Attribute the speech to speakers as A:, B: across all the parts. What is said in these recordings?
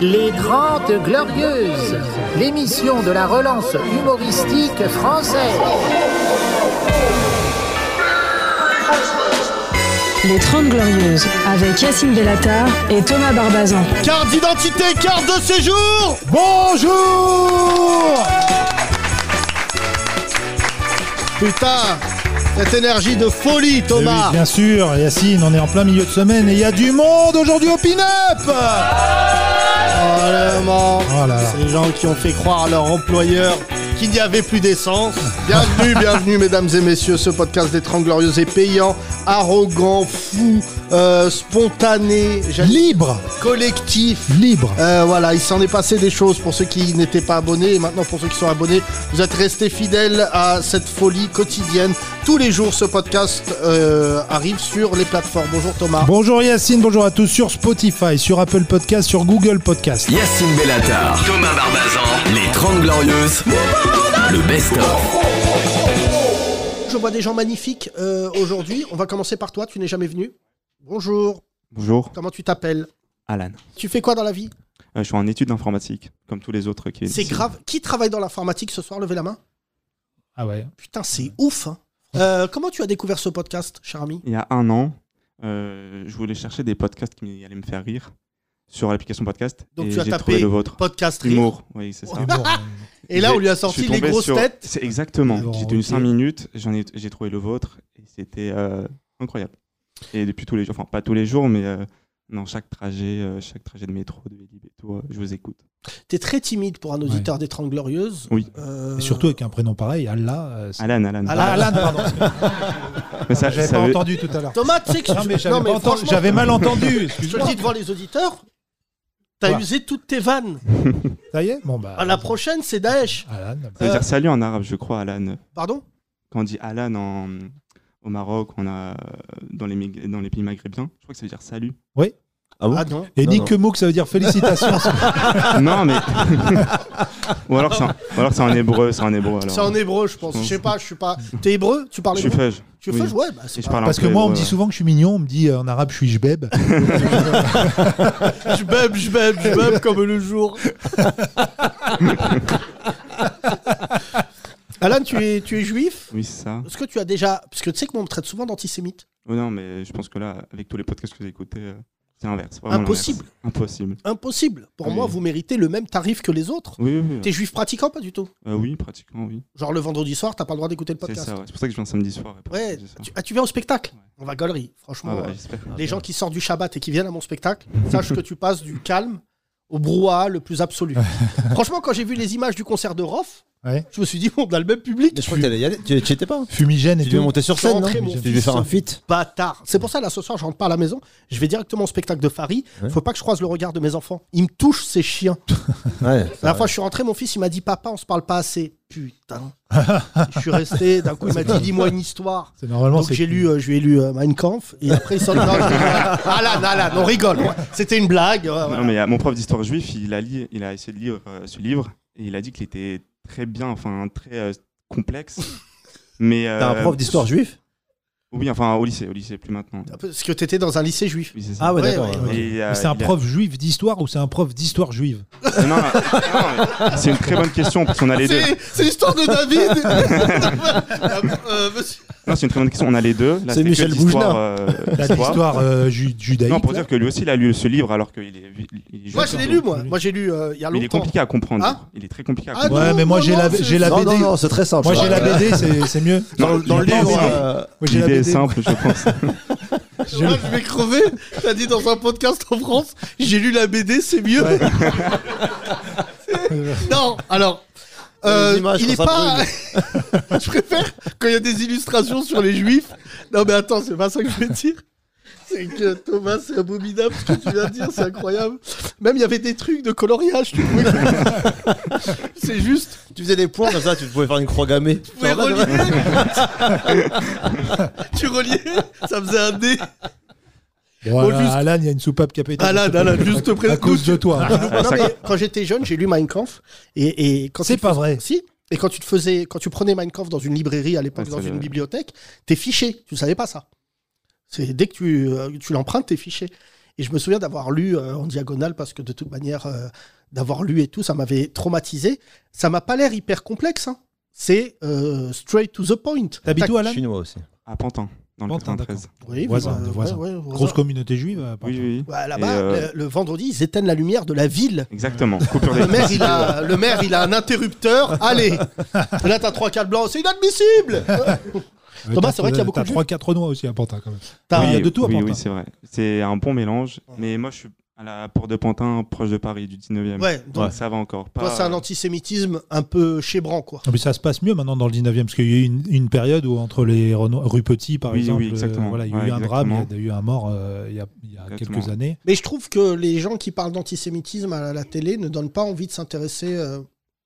A: Les Grandes Glorieuses, l'émission de la relance humoristique française.
B: Les 30 Glorieuses, avec Yacine Bellatar et Thomas Barbazan.
C: Carte d'identité, carte de séjour Bonjour Putain cette énergie de folie,
D: Eh
C: Thomas
D: oui, bien sûr, Yacine, on est en plein milieu de semaine et il y a du monde aujourd'hui au pin-up
C: Oh, le man.
D: Oh là là.
C: Ces gens qui ont fait croire à leur employeur qu'il n'y avait plus d'essence. Bienvenue, bienvenue, mesdames et messieurs. Ce podcast des 30 glorieux est payant, arrogant, fou, euh, spontané, j'allais-
D: Libre
C: collectif.
D: Libre
C: Euh, voilà, il s'en est passé des choses pour ceux qui n'étaient pas abonnés et maintenant pour ceux qui sont abonnés, vous êtes restés fidèles à cette folie quotidienne. Tous les jours, ce podcast euh, arrive sur les plateformes. Bonjour Thomas.
D: Bonjour Yacine, bonjour à tous sur Spotify, sur Apple Podcast, sur Google Podcast.
E: Yacine Bellatar, Thomas Barbazan, les 30 Glorieuses, le best-of.
C: Je vois des gens magnifiques euh, aujourd'hui. On va commencer par toi, tu n'es jamais venu. Bonjour,
F: Bonjour,
C: comment tu t'appelles
F: Alan.
C: Tu fais quoi dans la vie
F: Euh, je suis en études d'informatique, comme tous les autres qui.
C: C'est grave. Qui travaille dans l'informatique ce soir Levez la main.
D: Ah ouais
C: Putain, c'est ouf. hein. Euh, comment tu as découvert ce podcast, cher ami
F: Il y a un an, euh, je voulais chercher des podcasts qui allaient me faire rire sur l'application podcast.
C: Donc
F: et
C: tu as
F: j'ai
C: tapé
F: trouvé le vôtre.
C: Podcast Rire.
F: Humour, oui, c'est ça.
D: hein.
C: Et là, on lui a
F: Je suis
C: sorti les
F: tombé
C: grosses
F: sur-
C: têtes.
F: C'est exactement.
D: Alors,
F: J'ai tenu
D: ok.
F: 5 minutes, j'en ai, j'ai trouvé le vôtre et c'était euh, incroyable. Et depuis tous les jours, enfin pas tous les jours, mais euh, dans chaque trajet, euh, chaque trajet de métro, de Vélib et tout, euh, je vous écoute.
C: T'es très timide pour un auditeur des Trente Glorieuses.
F: Oui.
C: Euh,
D: Et surtout avec un prénom pareil, Allah. euh, c'est-
F: Alan, Alan.
C: Alan.
D: Alan, pardon,
F: Mais ça,
D: j'avais
F: ça
D: pas
F: veut-
D: entendu tout à l'heure.
C: Thomas, tu sais que
D: Non mais j'avais
C: non, mais
D: pas entendu-
C: franchement,
D: j'avais mal entendu.
C: je te le
D: excuse-moi.
C: dis devant les auditeurs, t'as
D: Quoi
C: usé toutes tes vannes.
D: Ça y est Bon bah.
C: À la prochaine, c'est Daesh.
D: Alan. bah.
F: ça veut
C: Euh,
F: dire salut en arabe, je crois, Alan.
C: Pardon
F: quand on dit Alan en- au Maroc, on a euh, dans les, mig- dans les pays maghrébiens, je crois que ça veut dire salut.
C: Ah non.
D: Et Nick Kemouk, ça veut dire félicitations.
F: non, mais. ou alors c'est en, ou alors c'est en hébreu, c'est en hébreu. Alors.
C: C'est en hébreu, je pense. Je sais pas, je suis pas. T'es hébreu Tu parles
F: Je suis
C: hébreu
F: feuge.
C: Tu
F: oui.
C: fais Ouais, bah, c'est
F: Et je
C: pas-
F: parle un
D: Parce que
F: peu
D: moi, on
F: hébreu,
D: me dit
F: ouais.
D: souvent que je suis mignon, on me dit euh, en arabe, je suis jbeb.
C: Je bêbe, je bêbe, je bêbe comme le jour. Alan, tu es, tu es juif
F: Oui, c'est ça.
C: Est-ce que tu as déjà. Parce que tu sais que moi, on me traite souvent d'antisémite.
F: Oh non, mais je pense que là, avec tous les podcasts que vous écoutez, euh, c'est l'inverse. vraiment
C: Impossible.
F: l'inverse. Impossible.
C: Impossible. Pour
F: Oui.
C: moi, vous méritez le même tarif que les autres.
F: Oui, oui, oui.
C: T'es juif pratiquant, pas du tout
F: Euh, oui, pratiquement, oui.
C: Genre le vendredi soir, t'as pas le droit d'écouter le
F: C'est
C: podcast.
F: ça, ouais. C'est pour ça que je viens samedi soir. et pas
C: Ouais,
F: samedi soir.
C: tu, ah, tu viens au spectacle
F: Ouais.
C: On va galerie, franchement.
F: Ah bah,
C: euh,
F: j'espère.
C: les gens qui sortent du Shabbat et qui viennent à mon spectacle, sache que tu passes du calme au brouhaha le plus absolu. franchement, quand j'ai vu les images du concert de Roff,
D: Ouais.
C: je me suis dit, on a le même public.
G: Mais je crois que t'allais y aller. Tu tu étais pas hein
D: Fumigène et
G: Tu devais
D: tout.
G: monter sur
C: Je suis
G: scène, non
C: rentré,
G: Tu
C: mon
G: devais
C: fils.
G: faire un feat.
C: Bâtard. C'est pour ça, là, ce soir, je rentre pas à la maison. Je vais directement au spectacle de Farid. Faut pas que je croise le regard de mes enfants. Ils me touchent, ces chiens.
G: Ouais.
C: La fois, je suis rentré, mon fils, il m'a dit Papa, on se parle pas assez. Putain. je suis resté. D'un coup, il m'a dit Dis-moi une histoire.
D: C'est normalement.
C: Donc
D: c'est-
C: j'ai lu, euh, je lui ai lu euh, Mein Kampf et après il sort. Non, je rigole. Alan, Alan, on rigole. ouais. C'était une blague. ouais, ouais.
F: Non, mais euh, mon prof d'histoire juif, il a, li- il a essayé de lire euh, ce livre et il a dit qu'il était très bien, enfin très euh, complexe. mais euh,
G: T'as un prof d'histoire juif
F: Oui, enfin au lycée, au lycée, plus maintenant.
C: Parce que t'étais dans un lycée juif.
F: Oui, c'est ça.
G: Ah ouais,
C: Ouais,
G: d'accord.
C: bah, ouais,
G: ouais.
F: Et, euh,
D: Mais C'est un
F: il a-
D: prof juif d'histoire ou c'est un prof d'histoire juive
F: Non, non, non, mais c'est une très bonne question parce qu'on a les deux.
C: C'est c'est l'histoire de David. Euh, monsieur-
F: Non, c'est une très bonne question. On a les deux. Là,
G: C'est
F: que
G: Michel
F: d'histoire,
G: Boujna.
F: euh,
D: La
F: d'histoire.
D: d'histoire euh, ju- judaïque.
F: Non, pour
D: là.
F: dire que lui aussi, il a lu ce livre alors qu'il est. il est
C: moi
F: juif.
C: je l'ai lu moi. Moi j'ai lu euh, il y a
F: Mais il est
C: longtemps.
F: compliqué à comprendre.
C: Hein
F: il est très compliqué à
C: Ah,
F: comprendre.
D: Ouais,
C: Non,
D: mais moi
C: non,
D: j'ai la,
C: non, c'est-
D: j'ai la
G: Non,
D: BD.
G: non, non, c'est très simple.
D: Moi j'ai la BD, c'est- c'est mieux.
F: Non,
G: Dans le
F: l'idée,
G: livre,
F: c'est-
G: euh,
D: Moi, j'ai la
F: hein. l'idée est
D: BD, moi.
F: simple, je pense.
D: j'ai
C: Moi, je vais crever. T'as dit dans un podcast en France, j'ai lu la BD, c'est mieux.
D: Ouais.
C: non, alors.
G: Les
C: euh,
G: images,
C: il est
G: quand ça
C: pas. je préfère quand il y a des illustrations sur les juifs. Non, mais attends, c'est pas ça que je veux dire. C'est que Thomas, c'est abominable ce que tu viens de dire, c'est incroyable. Même il y avait des trucs de coloriage. tu pouvais- c'est juste.
G: Tu faisais des points comme ça, tu pouvais faire une croix gammée.
C: Tu pouvais relier. tu reliais, ça faisait un dé.
D: Bon,
C: Bon, juste-
D: Alan, il y a une soupape qui a pété.
C: Alan, Alan, juste près
D: À
C: de
D: cause de toi.
F: Ah,
C: Non, mais quand j'étais jeune, j'ai lu Mein Kampf. Et, et quand
D: C'est
C: tu-
D: pas vrai.
C: Si. Et quand tu te faisais, quand tu prenais Mein Kampf dans une librairie à l'époque,
F: Ouais,
C: dans
F: Ah, c'est
C: une
F: le-
C: bibliothèque, t'es fiché. Tu savais pas ça. C'est dès que tu, euh, tu l'empruntes, t'es fiché. Et je me souviens d'avoir lu euh, en diagonale, parce que de toute manière, euh, d'avoir lu et tout, ça m'avait traumatisé. Ça m'a pas l'air hyper complexe. hein. C'est euh, straight to the point.
D: T'habites
C: Tac-
D: où, Alain
G: Chinois aussi.
F: À Pantin, dans le
D: Pantin,
F: 93.
C: Oui,
D: Voisin,
C: bah,
D: de voisin.
C: ouais, ouais, voisin.
D: Grosse communauté juive. euh,
F: Oui,
D: pardon.
F: oui, oui.
C: Bah,
F: Et,
C: Là-bas,
F: euh,
C: le, le vendredi, ils éteignent la lumière de la ville.
F: Exactement. Coupure
C: Le maire, il
F: d'électricité.
C: a, le maire, il a un interrupteur. Allez Là, t'as trois cadres blancs. C'est inadmissible
D: Euh,
C: Thomas,
D: t'as-
C: c'est vrai qu'il y a beaucoup
D: T'as
C: de
D: 3-4 renois aussi à Pantin, quand même.
C: T'as-
D: Oui, il y a de tout à
F: oui,
D: Pantin.
F: oui, c'est vrai. C'est un bon mélange. Mais moi, je suis à la porte de Pantin, proche de Paris, du 19e.
C: Ouais, donc,
F: Donc ça va encore. Pas...
C: toi, c'est un antisémitisme un peu chébrant, quoi.
D: Non, Ah, mais ça se passe mieux maintenant dans le 19e, parce qu'il y a eu une, une période où, entre les Renois- rue Petit, par
F: Oui, oui,
D: exemple,
F: exactement.
D: euh, voilà, il y a
F: Ouais,
D: eu un drame,
F: exactement.
D: il y a eu un mort euh, il y a, il y a
F: Exactement.
D: quelques années.
C: Mais je trouve que les gens qui parlent d'antisémitisme à la télé ne donnent pas envie de s'intéresser euh,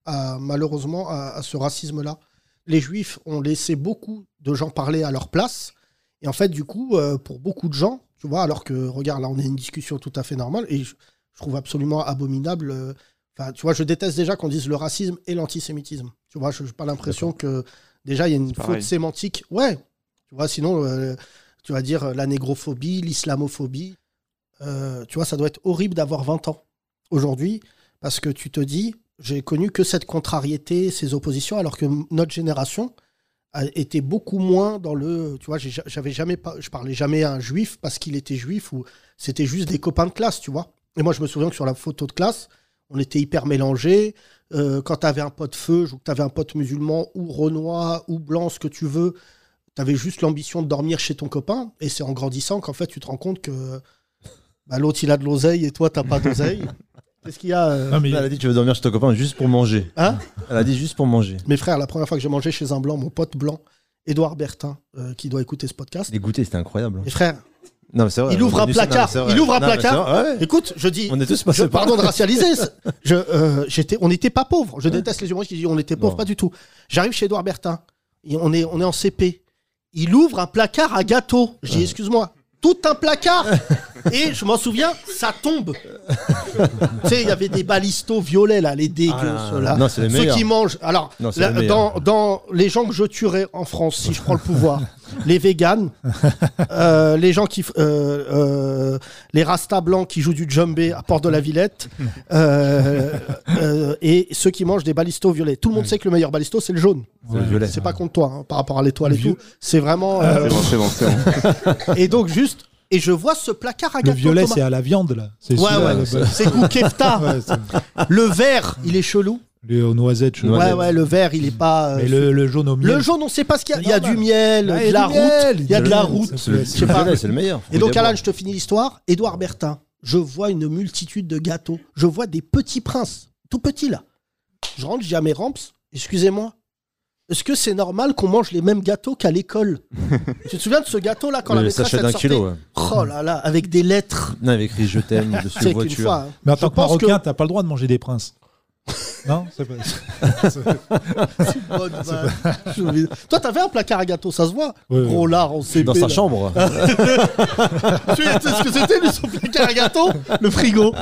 C: à- malheureusement à, à ce racisme-là. Les juifs ont laissé beaucoup de gens parler à leur place. Et en fait, du coup, euh, pour beaucoup de gens, tu vois, alors que, regarde, là, on a une discussion tout à fait normale et je, je trouve absolument abominable. euh, Enfin, tu vois, je déteste déjà qu'on dise le racisme et l'antisémitisme. Tu vois, je n'ai pas l'impression que déjà, il y a une
F: C'est
C: faute
F: pareil.
C: sémantique. Ouais, tu vois, sinon, euh, tu vas dire euh, la négrophobie, l'islamophobie. Euh, tu vois, ça doit être horrible d'avoir 20 ans aujourd'hui parce que tu te dis, j'ai connu que cette contrariété, ces oppositions, alors que m- notre génération a été beaucoup moins dans le. Tu vois, j'ai ja- j'avais jamais pas, je parlais jamais à un juif parce qu'il était juif ou c'était juste des copains de classe, tu vois. Et moi, je me souviens que sur la photo de classe, on était hyper mélangés. Euh, quand tu avais un pote feuge ou que tu avais un pote musulman ou renois ou blanc, ce que tu veux, tu avais juste l'ambition de dormir chez ton copain. Et c'est en grandissant qu'en fait, tu te rends compte que bah, l'autre, il a de l'oseille et toi, t'as pas d'oseille. Qu'est-ce qu'il y a euh,
D: Non, mais
G: Elle a dit tu veux dormir chez ton copain juste pour manger.
C: Hein
G: Elle a dit juste pour manger.
C: Mes frères, la première fois que j'ai mangé chez un blanc, mon pote blanc, Édouard Bertin, euh, qui doit écouter ce podcast.
G: Dégoûté, c'était incroyable.
C: Mes frères,
G: Non, mais c'est vrai.
C: Il ouvre
G: on a
C: un
G: connu ça.
C: placard.
G: Non, mais c'est vrai.
C: Il ouvre un
G: Non, mais c'est
C: placard.
G: vrai, ouais, ouais.
C: écoute, je dis.
G: On est tous
C: je-
G: passés par
C: pardon de racialiser. c'est- Je, euh, j'étais, on n'était pas pauvres. Je déteste les humoristes qui disent on n'était pauvres,
G: Non.
C: pas du tout. J'arrive chez Édouard Bertin. Et on, est, on est en CP. Il ouvre un placard à gâteaux. Je dis excuse-moi. Tout un placard Et je m'en souviens, ça tombe. tu sais, il y avait des balistos violets, là, les dégueux,
G: Ah là là.
C: ceux-là.
G: Non, c'est les
C: ceux
G: meilleurs.
C: qui mangent. Alors,
G: Non, c'est
C: là,
G: les meilleurs.
C: dans, dans les gens que je tuerais en France, si je prends le pouvoir, les véganes, euh, les gens qui. f- euh, euh, les rastas blancs qui jouent du djembé à Port de la Villette, euh, euh, et ceux qui mangent des balistos violets. Tout le monde sait que le meilleur balisto, c'est le jaune.
G: C'est le violet.
C: C'est pas contre toi, hein, par rapport à l'étoile et
D: Vieux.
C: tout. C'est vraiment.
F: C'est
C: euh,
F: bon, c'est bon, c'est bon.
C: et donc, juste. Et je vois ce placard à
D: le
C: gâteaux,
D: violet,
C: Ah, Thomas.
D: c'est à la viande, là. C'est
C: Ouais,
D: celui-là,
C: ouais,
D: le-
C: c'est- c'est goût kefta.
D: Ouais, c'est-
C: Le vert, il est chelou.
D: le- aux noisettes, je-
G: Ouais,
C: Ouais, ouais, le vert, il est pas. euh,
D: Mais le, le jaune au miel.
C: le jaune, on sait pas ce qu'il y a.
D: C'est
C: Il y a
D: normal.
C: du miel,
D: Ah,
C: de la route.
D: miel,
C: Il y a de la
D: miel,
C: route.
D: ça
G: C'est le,
D: peut-
C: Je
G: c'est
C: sais
G: le
C: pas.
G: violet, c'est le meilleur.
C: Et donc,
G: Faut
C: Alan,
G: des
C: je te finis l'histoire. Édouard Bertin, je vois une multitude de gâteaux. Je vois des petits princes, tout petits là. Je rentre, je dis à mes ramps, excusez-moi, est-ce que c'est normal qu'on mange les mêmes gâteaux qu'à l'école Tu te souviens de ce gâteau là quand
G: bons.
C: la
G: Le
C: maîtresse
G: sachet
C: elle
G: d'un
C: sortait
G: kilo. ouais.
C: Oh là là, avec des lettres.
G: Non, il avait écrit je t'aime dessus
C: C'est
G: la
C: qu'une
G: voiture.
C: fois. hein.
D: Mais en
C: Je
D: tant que
C: pense
D: Marocain, t'as pas le droit de manger des princes. non C'est pas-
C: Bonne vanne. J'ai oublié. Toi, t'avais un placard à gâteaux, ça se voit.
D: Ouais, ouais.
C: Gros lard en CP.
G: Dans sa
C: là.
G: chambre.
C: Tu sais ce que c'était, lui, son placard à gâteaux Le frigo.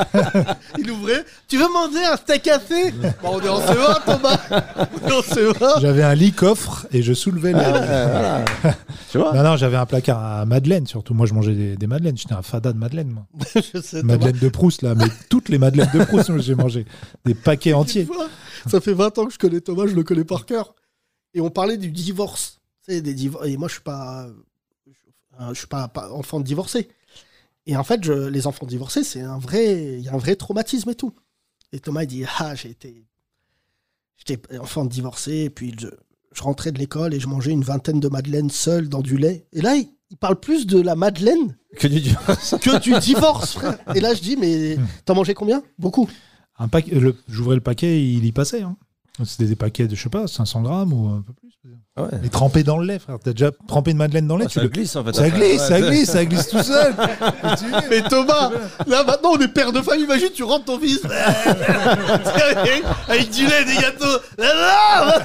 C: Il ouvrait. Tu veux manger un steak café Bon, on est en CE1, Thomas. On est en E CE1.
D: J'avais un lit coffre et je soulevais le.
G: Ah, Tu vois
D: Non, non, j'avais un placard à Madeleine surtout. Moi, je mangeais des, des Madeleines. J'étais un fada de Madeleine, moi.
C: Je sais, Thomas.
D: Madeleine de Proust, là. Mais toutes les Madeleines de Proust, moi, j'ai mangé des paquets
C: Tu
D: entiers.
C: vois, Ça fait 20 ans que je connais Thomas, je le connais par cœur. Et on parlait du divorce. Tu sais, des divo- et moi, je suis pas, je suis pas, pas enfant de divorcé. Et en fait, je- les enfants divorcés, c'est un vrai, il y a un vrai traumatisme et tout. Et Thomas il dit ah j'ai été, j'étais enfant de divorcé, et puis je, je rentrais de l'école et je mangeais une vingtaine de madeleines seul dans du lait. Et là, il, il parle plus de la madeleine
G: Que du dur.
C: que du divorce, frère. Et là, je dis mais t'as mangé combien Beaucoup.
D: Un paquet, le- j'ouvrais le paquet, il y passait. hein. C'était des paquets de, je sais pas, 500 grammes ou un peu plus.
G: Ah ouais. Ah,
D: Mais trempé dans le lait, frère. T'as déjà trempé une Madeleine dans le lait tu
G: Ça
D: le-
G: glisse en fait.
D: Ça
G: après.
D: glisse,
G: Ouais,
D: ça glisse, ça glisse tout seul.
C: Mais Thomas, là maintenant on est père de famille, imagine tu rentres ton fils avec, avec du lait, des gâteaux. Là, là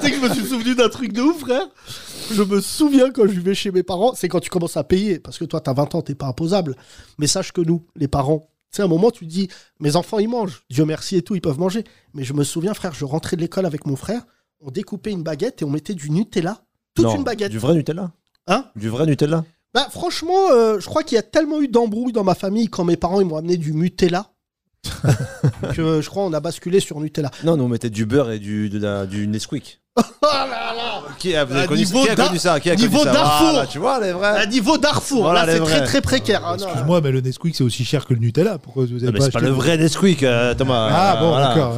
C: tu sais que je me suis souvenu d'un truc de ouf frère. Je me souviens quand je vais chez mes parents, c'est quand tu commences à payer, parce que toi t'as 20 ans, t'es pas imposable. Mais sache que nous, les parents, tu sais, à un moment tu te dis, mes enfants ils mangent, Dieu merci et tout, ils peuvent manger. Mais je me souviens frère, je rentrais de l'école avec mon frère, on découpait une baguette et on mettait du Nutella, toute
G: Non,
C: une baguette.
G: Du vrai Nutella
C: Hein
G: Du vrai Nutella
C: Bah, franchement, euh, je crois qu'il y a tellement eu d'embrouilles dans ma famille quand mes parents ils m'ont amené du Nutella. que euh, je crois on a basculé sur Nutella.
G: Non, nous on mettait du beurre et du, de la- du Nesquik.
C: Oh là là
G: Qui a, vous avez
C: Ah,
G: connu,
C: niveau
G: qui a
C: d'Ar-
G: connu ça Qui a
C: niveau
G: connu ça
C: d'Arfour.
G: Voilà, Ah, Tu vois, les vrais.
C: À niveau Darfour,
G: Voilà,
C: là
G: les
C: c'est très
G: vrais.
C: très précaire. Ah, non,
D: Excuse-moi, mais le Nesquik, c'est aussi cher que le Nutella. Pourquoi vous avez
G: Non, Ah, mais c'est pas
D: acheté
G: le vrai Nesquik, euh, Thomas.
D: Ah
G: Euh,
D: bon,
G: voilà.
D: d'accord.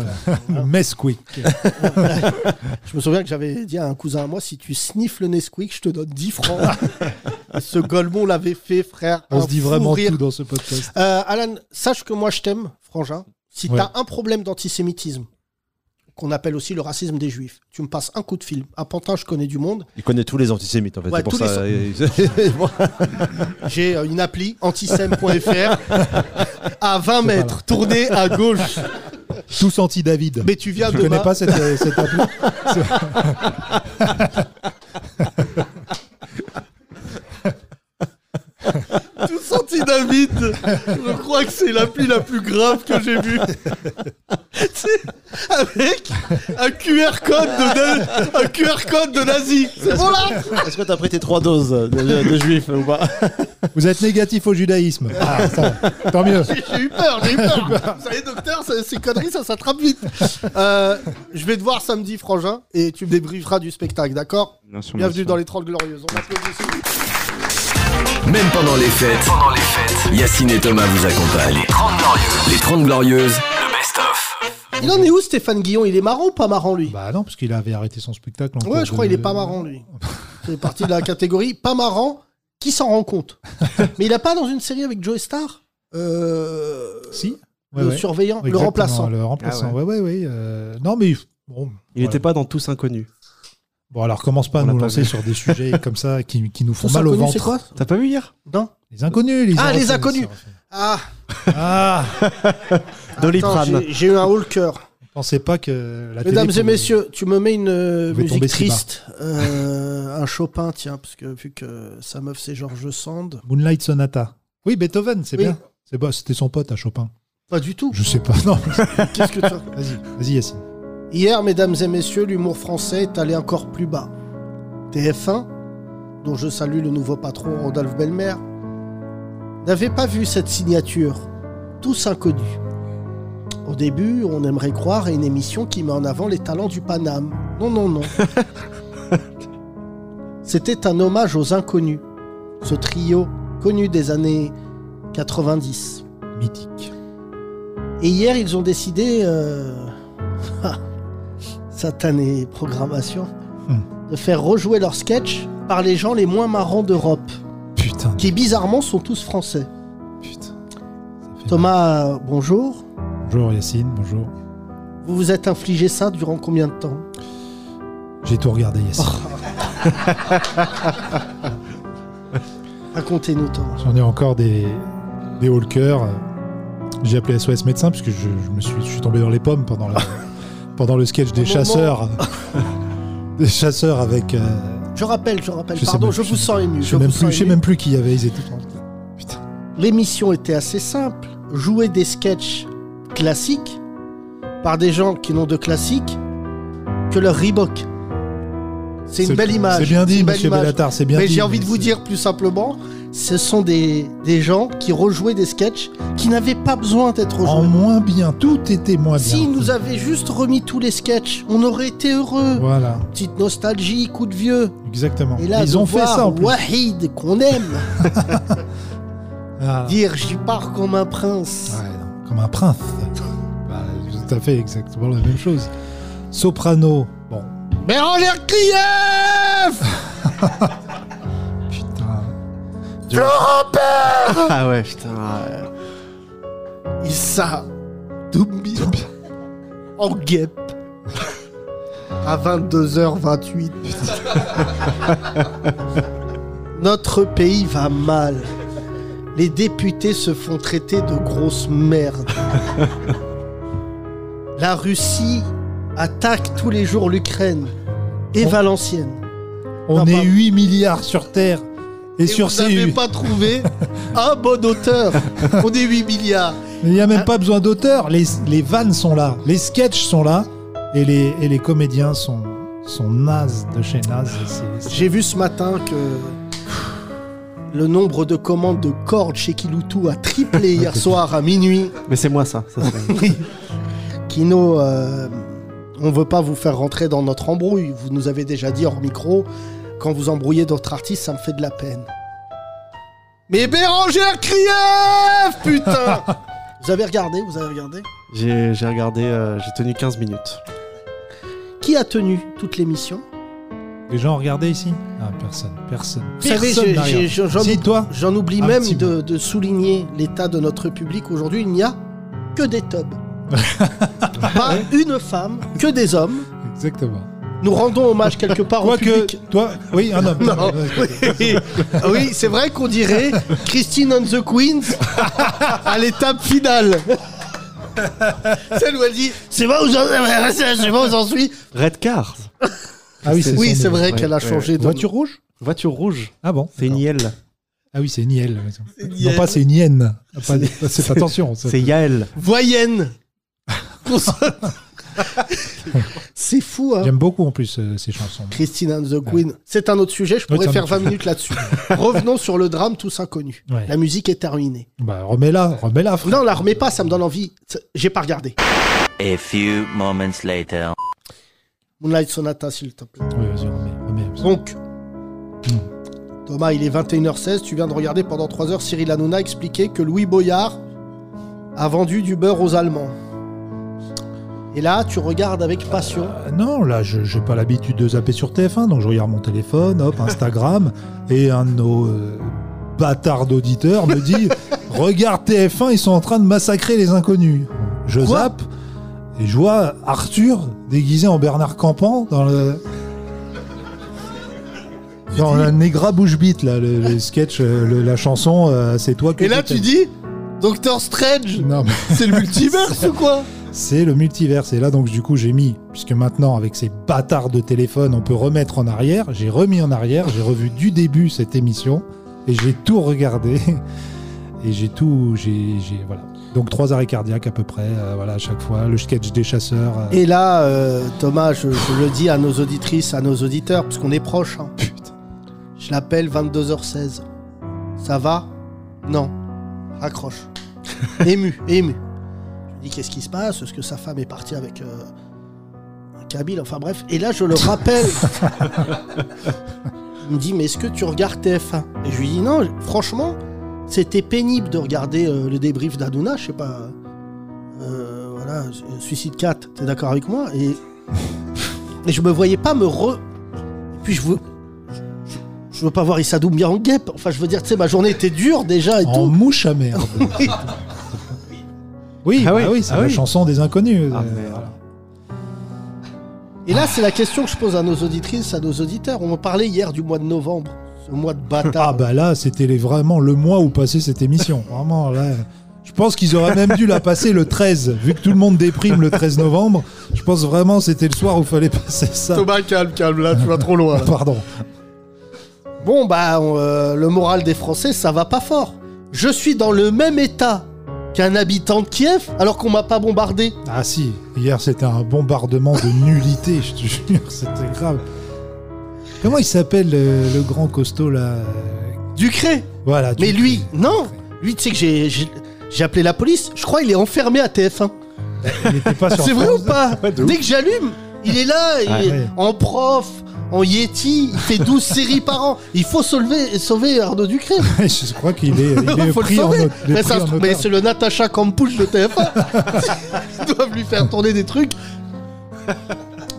D: Le Mesquik.
C: Je me souviens que j'avais dit à un cousin à moi si tu sniffes le Nesquik, je te donne 10 francs. Et Ce Golemon l'avait fait, frère.
D: On
C: un
D: se dit
C: fou
D: vraiment
C: rire.
D: tout dans ce podcast.
C: Euh, Alan, sache que moi je t'aime, frangin. Si
D: Ouais.
C: t'as un problème d'antisémitisme, qu'on appelle aussi le racisme des juifs, tu me passes un coup de fil. À Pantin, je connais du monde.
G: Il connaît tous les antisémites en fait.
C: Ouais,
G: c'est pour
C: tous
G: ça.
C: J'ai euh, une appli antisem.fr à 20 mètres, tournée à gauche.
D: Tous anti-David.
C: Mais tu viens
D: Je
C: de
D: connais
C: ma-
D: pas cette, euh, cette appli.
C: tout senti David. Je crois que c'est l'appli la plus grave que j'ai vue. Tu sais, avec un QR code de, na- un QR code de nazi. C'est bon là
G: Est-ce que t'as pris tes trois doses de, de juifs ou pas
D: Vous êtes négatif au judaïsme. Ah, ça va. Tant mieux.
C: J'ai j'ai eu peur, j'ai eu peur. Vous savez, docteur, ça- ces conneries, ça s'attrape vite. Euh, je vais te voir samedi, Frangin, et tu me débrieferas du spectacle, d'accord
F: Bien sûr, bien
C: Bienvenue
F: sûr.
C: dans les 30 Glorieuses. On applaudit.
E: Même pendant les fêtes, Yacine et Thomas vous accompagnent. Les 30 Glorieuses, le best-of.
C: Il en est où, Stéphane Guillon Il est marrant ou pas marrant, lui
D: Bah non, parce qu'il avait arrêté son spectacle. en cours
C: Ouais, je crois
D: de-
C: il est pas marrant lui. C'est parti de la catégorie pas marrant qui s'en rend compte. Mais il a pas dans une série avec Joe Star euh,
D: Si. Ouais,
C: le
D: ouais.
C: surveillant, le
D: Exactement,
C: remplaçant.
D: Le remplaçant, Ah, ouais, ouais, ouais. euh, Non, mais
H: Ah
D: bon.
H: Il
D: voilà.
H: n'était pas dans Tous Inconnus.
D: Bon, alors commence pas à
H: On l'a
D: nous
H: pas
D: lancer
H: vu.
D: sur des sujets comme ça qui, qui nous font
C: Tous
D: mal au
C: inconnus, c'est
D: ventre.
C: quoi
H: T'as pas vu hier
C: Non
D: Les inconnus, les
C: Ah, les
D: Irlandais,
C: inconnus.
D: c'est-
C: Ah,
D: Ah
C: attends,
H: Doliprane.
C: j'ai- j'ai eu un haut le cœur.
D: Pensez pas que la télé
C: Mesdames et
D: pouvait-
C: messieurs, tu me mets une euh,
D: pouvait tomber
C: musique
D: si bas.
C: triste, euh, un Chopin, tiens, parce que vu que sa meuf c'est George Sand,
D: Moonlight Sonata. Oui, Beethoven, c'est
C: Oui.
D: bien. C'est pas, c'était son pote à Chopin.
C: pas du tout.
D: Je sais pas. Non,
C: Qu'est-ce que tu as
D: vas-y, vas-y Yacine.
C: Hier, mesdames et messieurs, l'humour français est allé encore plus bas. TF1, dont je salue le nouveau patron Rodolphe Belmer, n'avait pas vu cette signature, tous inconnus. Au début, on aimerait croire à une émission qui met en avant les talents du Paname. Non, non, non. C'était un hommage aux inconnus, ce trio connu des années 90.
D: Mythique.
C: Et hier, ils ont décidé, euh, ah, satanée programmation,
D: Hmm.
C: de faire rejouer leurs sketchs par les gens les moins marrants d'Europe,
D: Putain.
C: qui bizarrement sont tous français.
D: Putain.
C: Thomas, euh, bonjour.
D: Bonjour Yacine, bonjour.
C: Vous vous êtes infligé ça durant combien de temps
D: J'ai tout regardé Yacine.
C: Oh. Racontez-nous, Thomas.
D: J'en ai encore des, des hauts le cœur. J'ai appelé SOS médecin parce que je, je me suis, je suis tombé dans les pommes pendant, la- pendant le sketch des
C: moment.
D: chasseurs. des chasseurs avec. euh,
C: Je rappelle, je rappelle,
D: Je sais
C: pardon,
D: même-
C: je vous sens ému.
D: je
C: je
D: sais même
C: vous
D: plus,
C: sens
D: je sais
C: ému.
D: même plus qui y avait. Ils étaient.
C: L'émission était assez simple. Jouer des sketchs classiques par des gens qui n'ont de classique que leur Reebok. C'est une belle image.
D: C'est bien
C: une
D: dit,
C: belle
D: monsieur
C: image.
D: Bellatar. C'est bien
C: Mais
D: dit.
C: j'ai envie de vous
D: c'est-
C: dire plus simplement, ce sont des, des gens qui rejouaient des sketchs qui n'avaient pas besoin d'être
D: En
C: rejoués.
D: moins bien. Tout était moins
C: S'ils
D: bien.
C: nous avaient juste remis tous les sketchs, on aurait été heureux.
D: Voilà,
C: Petite nostalgie, coup de vieux.
D: exactement.
C: Et là,
D: Ils
C: de
D: ont fait
C: voir
D: ça en plus.
C: Wahid, qu'on aime,
D: Ah.
C: dire j'y pars comme un prince.
D: Ouais, non, comme un prince. Bah, tout à fait exactement la même chose. Soprano. Bon,
C: Bérangère Krief
D: putain.
H: Ah ouais, putain.
C: Euh, Issa Doumbia en guêpe à 22h28. Notre pays va mal. Les députés se font traiter de grosses merdes. La Russie attaque tous les jours l'Ukraine et
D: Bon.
C: Valenciennes. Ah, bah.
D: On
C: Non,
D: est
C: pardon.
D: 8 milliards sur Terre et,
C: Et
D: sur
C: vous n'avez
D: CU.
C: pas trouvé un bon auteur. On est 8 milliards. Ah.
D: Il n'y a même pas besoin d'auteur. Les, les vannes sont là, les sketchs sont là et les, et les comédiens sont, sont nazes de chez nazes. C'est- c'est-
C: J'ai vu ce matin que Le nombre de commandes de cordes chez Kiloutou a triplé hier soir à minuit.
H: Mais c'est moi ça. ça, c'est-
C: Kino, euh, on veut pas vous faire rentrer dans notre embrouille. Vous nous avez déjà dit hors micro, quand vous embrouillez d'autres artistes, ça me fait de la peine. Mais Bérangère
D: Ah,
C: Krief Putain Vous avez regardé, vous avez regardé
H: j'ai j'ai regardé, euh, j'ai tenu 15 minutes.
C: Qui a tenu toute l'émission
D: Les gens ont regardé ici Ah, personne, personne.
C: Vous savez,
D: Personne
C: j'ai-
D: n'a
C: j'ai-
D: regardé.
C: j'en- j'en-
D: Si, toi
C: J'en oublie
D: Un
C: même
D: petit
C: de, de souligner l'état de notre public. Aujourd'hui, il n'y a que des tubs. pas une femme, que des hommes.
D: Exactement.
C: Nous rendons hommage quelque part au
D: Quoique,
C: public.
D: toi, oui, un homme.
C: Non. oui, oui, c'est vrai qu'on dirait Christine on the Queens à l'étape finale. Celle où elle dit C'est bon, vous en, c'est bon, vous en suis.
H: Red Car,
D: Ah oui, c'est
C: Oui,
D: son
C: c'est
D: nom.
C: vrai qu'elle a
H: ouais,
C: changé de.
D: Voiture rouge
H: voiture rouge,
D: Ah bon
H: c'est une
D: d'accord.
H: Yael.
D: Ah oui, c'est une IL.
C: une
D: Non,
C: IL.
D: pas c'est une hyène. Ah, pas-
H: C'est-
D: c'est- Attention. ça-
H: C'est Yael.
C: Voyenne. Consonne. c'est fou, hein.
D: J'aime beaucoup en plus euh, ces chansons.
C: Christine and the Queen. C'est un autre sujet, je
D: Oui,
C: pourrais
D: c'est un
C: faire
D: autre
C: 20 minutes là-dessus. Revenons sur le drame Tous Inconnus.
D: Ouais.
C: La musique est terminée.
D: Bah, remets-la, remets-la, frère.
C: Non, la remets pas, ça me donne envie. C'est- J'ai pas regardé.
I: A few moments later.
C: Moonlight Sonata, s'il te plaît.
D: Oui, vas-y, Hmm. remets. remets.
C: Donc, Thomas, il est 21h16, tu viens de regarder pendant 3 heures Cyril Hanouna expliquer que Louis Boyard a vendu du beurre aux Allemands. Et là, tu regardes avec passion.
D: Euh, non, là, je j'ai pas l'habitude de zapper sur TF1, donc je regarde mon téléphone, hop, Instagram, et un de nos euh, bâtards d'auditeurs me dit Regarde TF1, ils sont en train de massacrer les inconnus. Je
C: Quoi
D: zappe, et je vois Arthur déguisé en Bernard Campan dans le. Dans la Negra Bouche Bite, là, le, le sketch, euh, le- la chanson, euh, c'est toi que
C: Et là,
D: je t'aime.
C: tu dis Doctor Strange,
D: Non, mais-
C: c'est le multiverse ou quoi
D: C'est le multiverse. Et là, donc, du coup, j'ai mis, puisque maintenant, avec ces bâtards de téléphone, on peut remettre en arrière. J'ai remis en arrière, j'ai revu du début cette émission et j'ai tout regardé. Et j'ai tout. J'ai, j'ai- voilà. Donc, trois arrêts cardiaques à peu près, euh, voilà, à chaque fois. Le sketch des chasseurs. euh,
C: Et là, euh, Thomas, je, je le dis à nos auditrices, à nos auditeurs, parce qu'on est proche. hein. Je l'appelle 22h16. Ça va Non. Raccroche. ému, ému. Je lui dis qu'est-ce qui se passe Est-ce que sa femme est partie avec euh, un Kabyle Enfin bref. Et là, je le rappelle. Il me dit mais est-ce que tu regardes TF1 Et je lui dis non, franchement, c'était pénible de regarder euh, le débrief d'Aduna, je sais pas. Euh, voilà, euh, Suicide 4, t'es d'accord avec moi et... et je me voyais pas me re. Et puis je veux. je- Je veux pas voir Issa Doumbia en guêpe. Enfin, je veux dire, tu sais, ma journée était dure déjà et
D: en
C: tout.
D: mouche à merde.
C: Oui.
D: oui,
H: Ah
D: bah
H: oui,
D: oui, c'est
H: ah
D: la
H: oui.
D: chanson des inconnus.
H: Ah,
D: euh,
H: merde.
D: voilà.
C: Et là, c'est la question que je pose à nos auditrices, à nos auditeurs. On en parlait hier du mois de novembre, ce mois de bâtard.
D: Ah, bah là, c'était les- vraiment le mois où passait cette émission. Vraiment, là. Je pense qu'ils auraient même dû la passer le 13, vu que tout le monde déprime le 13 novembre. Je pense vraiment c'était le soir où fallait passer ça.
C: Thomas, calme, calme, là, tu vas trop loin.
D: Ah, Pardon.
C: Bon, bah, on, euh, le moral des Français, ça va pas fort. Je suis dans le même état qu'un habitant de Kiev, alors qu'on m'a pas bombardé.
D: Ah si, hier c'était un bombardement de nullité, je te jure, c'était grave. Comment il s'appelle euh, le, grand costaud là euh,
C: Ducré
D: Voilà.
C: Mais
D: Dupuis.
C: lui, non Lui, tu sais que j'ai- j'ai j'ai appelé la police. Je crois qu'il est enfermé à TF1.
D: Eh, Il n'était pas sur
C: C'est vrai ou
D: France.
C: pas Dès que j'allume, il est là, il est
D: ouais.
C: en prof, en Yeti, il fait 12 séries par an. Il faut sauver, sauver Arnaud Ducré.
D: Je crois qu'il est, il est
C: faut le
D: pris en
C: sauver.
D: note. il est
C: mais
D: pris
C: ça se
D: en
C: trouve- mais
D: otage.
C: c'est le Natacha Campouche de TF1. Ils doivent lui faire tourner des trucs.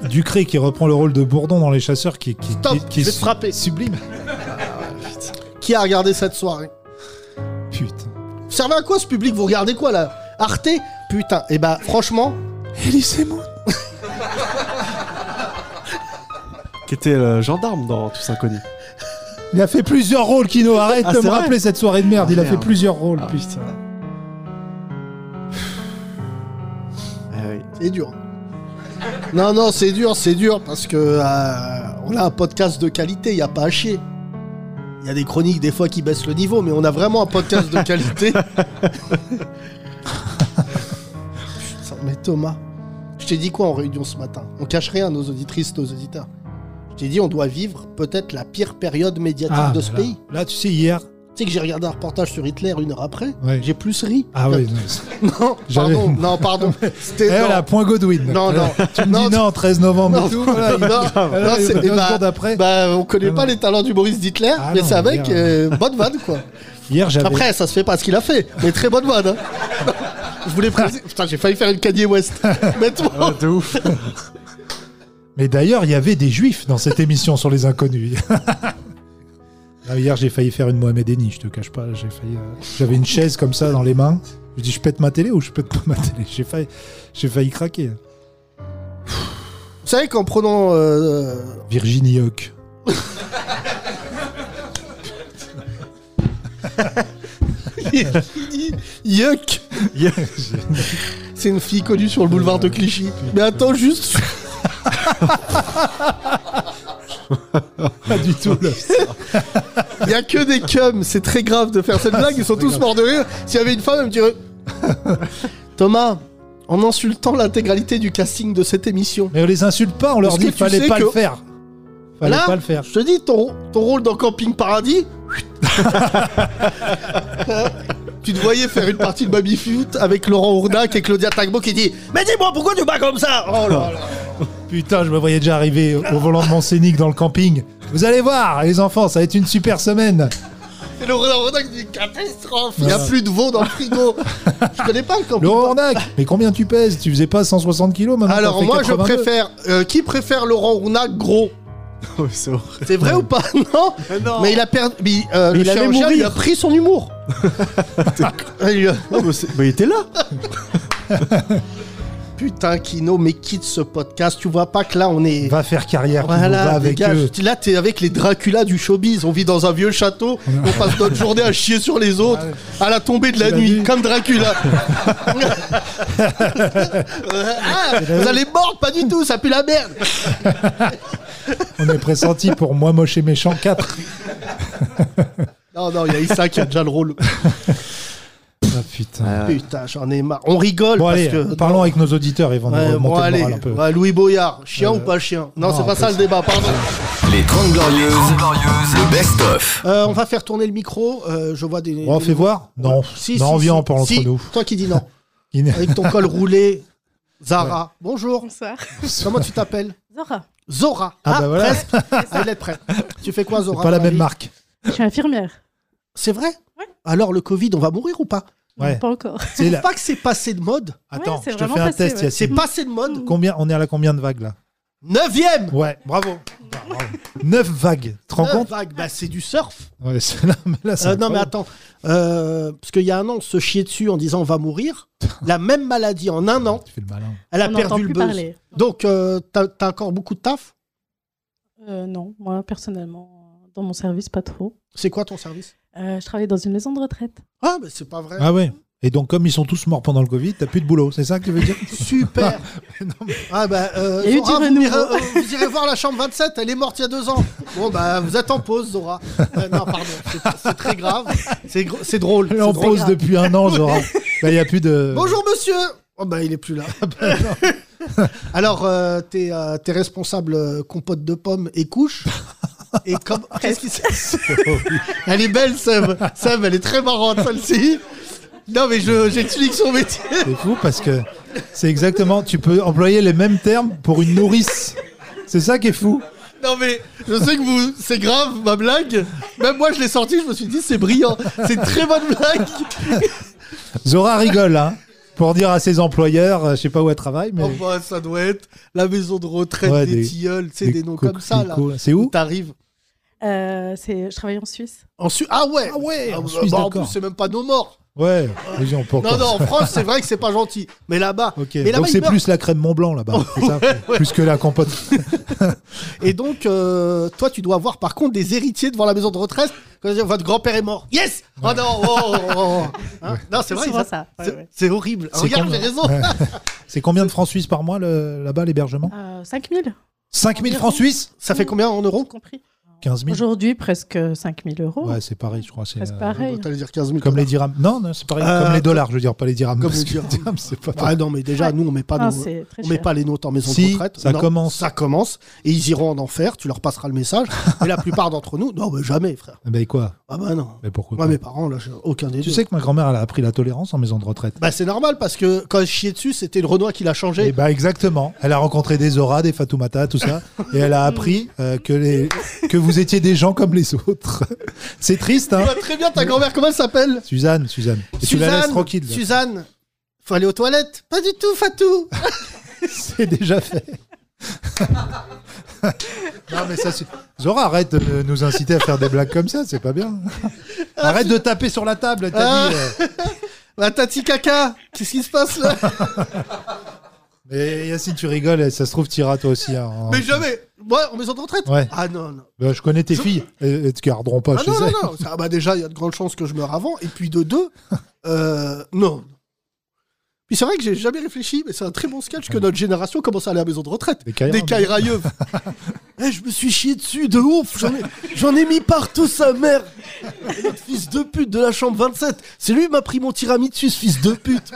D: Ducré qui reprend le rôle de Bourdon dans Les Chasseurs qui, qui,
C: Stop,
D: qui- qui
C: je vais
D: est
C: te frapper.
D: sublime.
C: Qui a regardé cette soirée
D: Putain.
C: Vous servez à quoi ce public Vous regardez quoi là Arte Putain, et bah franchement,
H: qui était le gendarme dans Tous Inconnus.
D: Il a fait plusieurs rôles, Kino. Arrête
H: Ah,
D: de
H: c'est
D: me
H: vrai
D: rappeler cette soirée de merde.
H: Ah,
D: il a fait
H: merde.
D: plusieurs rôles. putain.
H: Ah oui.
C: c'est dur. Non, non, c'est dur, c'est dur parce que euh, on a un podcast de qualité, y a pas à chier. Il y a des chroniques des fois qui baissent le niveau, mais on a vraiment un podcast de qualité. Putain, mais Thomas, je t'ai dit quoi en réunion ce matin On cache rien à nos auditrices, nos auditeurs. Je t'ai dit, on doit vivre peut-être la pire période médiatique
D: Ah,
C: de
D: bah
C: ce
D: là.
C: pays.
D: Là, tu sais, hier,
C: sais que j'ai regardé un reportage sur Hitler une heure après.
D: Ouais.
C: J'ai plus ri.
D: Ah oui, non, c'est-
C: Non,
D: J'avais-
C: pardon, non, pardon. C'était.
D: Eh,
C: non.
D: voilà, point Godwin.
C: Non, non.
D: Tu me
C: Non,
D: dis
C: tu-
D: non, 13 novembre.
C: Non,
D: et tout,
C: non,
D: voilà, il-
C: non,
D: voilà,
C: non,
D: il-
C: c'est-
D: deux
C: eh ben-
D: seconnes après.
C: Bah, on connaît
D: Ah
C: pas
D: non.
C: les talents d'humoriste d'Hitler,
D: Ah
C: mais
D: non,
C: c'est avec
D: merde.
C: euh, bonne vanne, quoi.
D: Hier, j'avais.
C: Après, ça se fait pas ce qu'il a fait, mais très bonne vanne. hein. Je voulais
D: Ah.
C: préciser. Putain, j'ai failli faire une Kanye West. Bêtement.
H: De ouf.
D: Mais d'ailleurs, il y avait des juifs dans cette émission sur les inconnus. Ah, hier, j'ai failli faire une Mohamed Eni, je te cache pas. J'ai failli. euh, J'avais une chaise comme ça dans les mains. Je dis, je pète ma télé ou je pète pas ma télé J'ai failli, j'ai failli craquer.
C: Vous savez qu'en prenant. euh,
D: Virginie Hoc.
C: Yuck C'est une fille connue sur le boulevard de Clichy. Mais attends, juste.
D: Pas du tout. là.
C: Il y a que des cums, c'est très grave de
D: Ah,
C: faire cette blague, ils sont tous morts de rire. S'il y avait une femme, elle me dirait Thomas, en insultant l'intégralité du casting de cette émission,
D: Mais on les insulte pas, on leur
C: Parce
D: dit,
C: que tu
D: fallait
C: sais
D: pas le
C: que-
D: faire. Fallait
C: Là
D: pas le faire.
C: je te dis, ton, ton rôle dans Camping Paradis. tu te voyais faire une partie de Baby Foot avec Laurent Ournac et Claudia Tagbo qui dit Mais dis-moi, pourquoi tu bats comme ça Oh là là
D: Putain, je me voyais déjà arriver au volant de mon Scénic dans le camping. Vous allez voir, les enfants, ça va être une super semaine.
C: Et Laurent Ournac dit Catastrophe Il n'y a plus de veau dans le frigo Je connais pas le camping
D: Laurent
C: Paradis.
D: Ornac, mais combien tu pèses Tu faisais pas 160 kilos maintenant t'en
C: Alors
D: fais
C: moi je
D: 82.
C: préfère. euh, qui préfère Laurent Ournac gros
H: Oh, mais c'est horrible.
C: C'est vrai ou pas Non
H: non.
C: Mais il a perdu. mais, euh,
H: Mais
C: le
H: il allait
C: chirurgien
H: mourir.
C: lui a pris son humour. Il lui a-
H: Ah, mais, c'est- mais il était là.
C: Putain, Kino, mais quitte ce podcast. Tu vois pas que là on est.
D: Va faire carrière, tu nous vas
C: Voilà,
D: avec
C: dégage.
D: eux.
C: Là, t'es avec les Dracula du showbiz. On vit dans un vieux château. On passe notre journée à chier sur les autres. À la tombée de la
D: l'as
C: nuit,
D: vu
C: comme Dracula. Ah, vous allez mordre, pas du tout. Ça pue la merde.
D: On est pressenti pour Moi Moche et Méchant 4.
C: Non, non, il y a Issa qui a déjà le rôle.
D: Ah putain.
C: Putain, j'en ai marre. On rigole
D: bon
C: parce
D: allez,
C: que.
D: parlons avec nos auditeurs, ils vont
C: Ouais,
D: nous
C: bon,
D: remonter le
C: allez.
D: moral un peu.
C: Ouais, Louis Boyard, chien
D: Euh,
C: ou pas chien Non,
D: non,
C: c'est
D: pas
C: pas ça le débat, pardon.
E: Les 30 Glorieuses, le best-of.
C: Euh, on va faire tourner le micro. euh, je vois des.
D: Bon, on
C: des-
D: fait voir Non,
C: Si,
D: non
C: si,
D: viens,
C: si,
D: on parle
C: si.
D: entre nous.
C: Toi qui dis non.
D: Il n'est-
C: Avec ton col roulé, Zara. Bonjour.
J: Bonsoir.
C: Comment tu t'appelles
J: Zora,
C: Zora.
D: Ah, bah voilà.
C: presque. Elle est prête. Tu fais quoi,
D: c'est
C: Zora
D: pas la
C: dans
D: même
C: vie
D: marque.
J: je suis infirmière.
C: C'est vrai Alors, le Covid, on va mourir ou pas
J: Non,
D: Ouais.
J: Pas encore.
D: C'est
C: C'est
D: la-
C: pas que c'est passé de mode.
D: Attends,
J: c'est
D: je te
J: vraiment
D: fais un
J: passé,
D: test,
J: ouais.
C: C'est
D: Yacine.
C: passé de mode.
D: Combien, on est à la combien de vagues là
C: Neuvième
D: Ouais, bravo. 9 vagues, tu te rends
C: Neuf
D: compte
C: vagues. Bah, c'est du surf.
D: Ouais, c'est- là, mais là, c'est
C: Euh, non mais
D: incroyable.
C: attends, Euh, parce qu'il y a un an, on se chiait dessus en disant on va mourir. La même maladie en un an,
D: Tu fais le malin.
C: elle a
J: On n'entend
C: perdu
J: plus
C: le buzz.
J: parler.
C: Donc euh, t'as t'as encore beaucoup de taf.
J: Euh, non, moi personnellement, dans mon service, pas trop.
C: C'est quoi ton service
J: Euh, je travaille dans une maison de retraite.
C: Ah mais c'est pas vrai.
D: Ah ouais. Et donc, comme ils sont tous morts pendant le Covid, t'as plus de boulot, c'est ça que tu veux dire
C: Super. Ah bah euh,
J: Il y a eu
C: Zora,
J: du
C: vous, irez,
J: renouveau.
C: euh, vous irez voir la chambre 27, elle est morte il y a deux ans. Bon bah vous êtes en pause Zora. Euh, non pardon, c'est- c'est très grave. C'est gr- c'est drôle.
D: Elle est
C: c'est
D: en
C: drôle.
D: pause depuis un an, genre. Là, il n'y a plus de.
C: Bonjour monsieur Oh bah il est plus là.
D: Ah,
C: Alors euh, t'es euh, t'es responsable euh, compote de pommes et couche. Et comme qu'est-ce qui s'est- Elle est belle Seb. Seb elle est très marrante celle-ci. Non mais je j'explique son métier.
D: C'est fou parce que c'est exactement. Tu peux employer les mêmes termes pour une nourrice. C'est ça qui est fou.
C: Non mais je sais que vous c'est grave ma blague. Même moi je l'ai sortie je me suis dit c'est brillant. C'est une très bonne blague.
D: Zora rigole, hein. Pour dire à ses employeurs, euh, je sais pas où elle travaille, mais.
C: Oh bah, ça doit être la maison de retraite
D: Ouais,
C: des,
D: des-
C: tilleuls, c'est des, noms
D: co-
C: comme ça là.
D: co- C'est où
C: T'arrives.
J: Euh, c'est- je travaille en Suisse.
C: En Su- ah ouais.
D: Ah ouais, en
C: bah,
D: Suisse,
C: en
D: d'accord.
C: plus c'est même pas nos morts.
D: Ouais, les gens, pourquoi
C: Non, non, en France, c'est vrai que c'est pas gentil. Mais là-bas.
D: Ok,
C: mais là-bas,
D: donc
C: ils
D: c'est
C: meurent.
D: plus la crème Mont Blanc là-bas, c'est ça plus que la compote.
C: Et donc, euh, toi, tu dois avoir par contre des héritiers devant la maison de retraite. Quand ils disent, votre grand-père est mort. Yes Oh non oh, oh, oh, oh. Hein Non, c'est
J: C'est
C: vrai.
J: souvent
C: ça-
J: ça. ouais,
C: c'est-
J: ouais.
C: C'est horrible.
D: C'est
C: Regarde,
D: con-
C: j'ai raison.
D: Ouais. C'est combien de francs suisses par mois le- là-bas l'hébergement
J: Euh, 5000
D: 5000 francs suisses Mm.
C: Ça fait combien en euros
J: compris.
D: 15 000
J: Aujourd'hui, presque 5000 euros.
D: Ouais, c'est pareil, je crois. C'est
J: Presque
D: euh,
J: pareil.
C: T'allais dire 15 000
D: comme les dirhams. Non, non, c'est pareil.
C: Euh,
D: comme les dollars, je veux dire, pas les dirhams.
C: Comme
D: parce
C: les
D: que
C: dirhams.
D: c'est pas
C: Ah non, mais déjà,
J: Ouais.
C: nous, on met pas
J: Non,
C: nos-
J: c'est très
C: on met
J: cher.
C: pas les nôtres en maison
D: Si,
C: de retraite.
D: ça
C: Non,
D: commence.
C: Ça commence. Et ils iront en enfer. Tu leur passeras le message. Mais la plupart d'entre nous, non, mais jamais, frère.
D: Mais ben, quoi
C: Ah bah non.
D: Mais pourquoi
C: Moi,
D: pas
C: mes parents, là, j'ai aucun des
D: Tu
C: deux.
D: sais que ma grand-mère, elle a appris la tolérance en maison de retraite.
C: Bah, c'est normal parce que quand je chiais dessus, c'était le Renoir qui l'a
D: Et
C: changé.
D: bah exactement. Elle a rencontré des Zora, des Fatoumata, tout ça, et elle a appris euh, que les que vous étiez des gens comme les autres. C'est triste, hein
C: Tu vois très bien ta grand-mère, comment elle s'appelle
D: Suzanne, Suzanne. Et tu la laisses tranquille. là.
C: Suzanne, faut aller aux toilettes. Pas du tout, Fatou.
D: C'est déjà fait. non mais ça, c'est- Zora, arrête de nous inciter à faire des blagues comme ça, c'est pas bien. Arrête de taper sur la table. T'as
C: Ah.
D: dit. euh.
C: La tati caca, qu'est-ce qui se passe là
D: Mais Yacine, tu rigoles. Ça se trouve, t'iras toi aussi. hein, en-
C: Mais jamais. Moi, en maison de retraite
D: Ouais.
C: Ah non, non.
D: Bah, je connais tes filles. Elles elles te garderont pas
C: Ah
D: chez
C: non, non,
D: elles.
C: non. Ah bah déjà, il y a de grandes chances que je meure avant. Et puis de deux, euh, non. Puis c'est vrai que j'ai jamais réfléchi, mais c'est un très bon sketch que notre génération commence à aller à la maison de retraite.
D: Des caillards,
C: Des
D: mais-
C: caillerailleux. Eh, je me suis chié dessus de ouf. J'en ai, j'en ai mis partout sa mère. Et notre fils de pute de la chambre 27. C'est lui qui m'a pris mon tiramisu, ce fils de pute.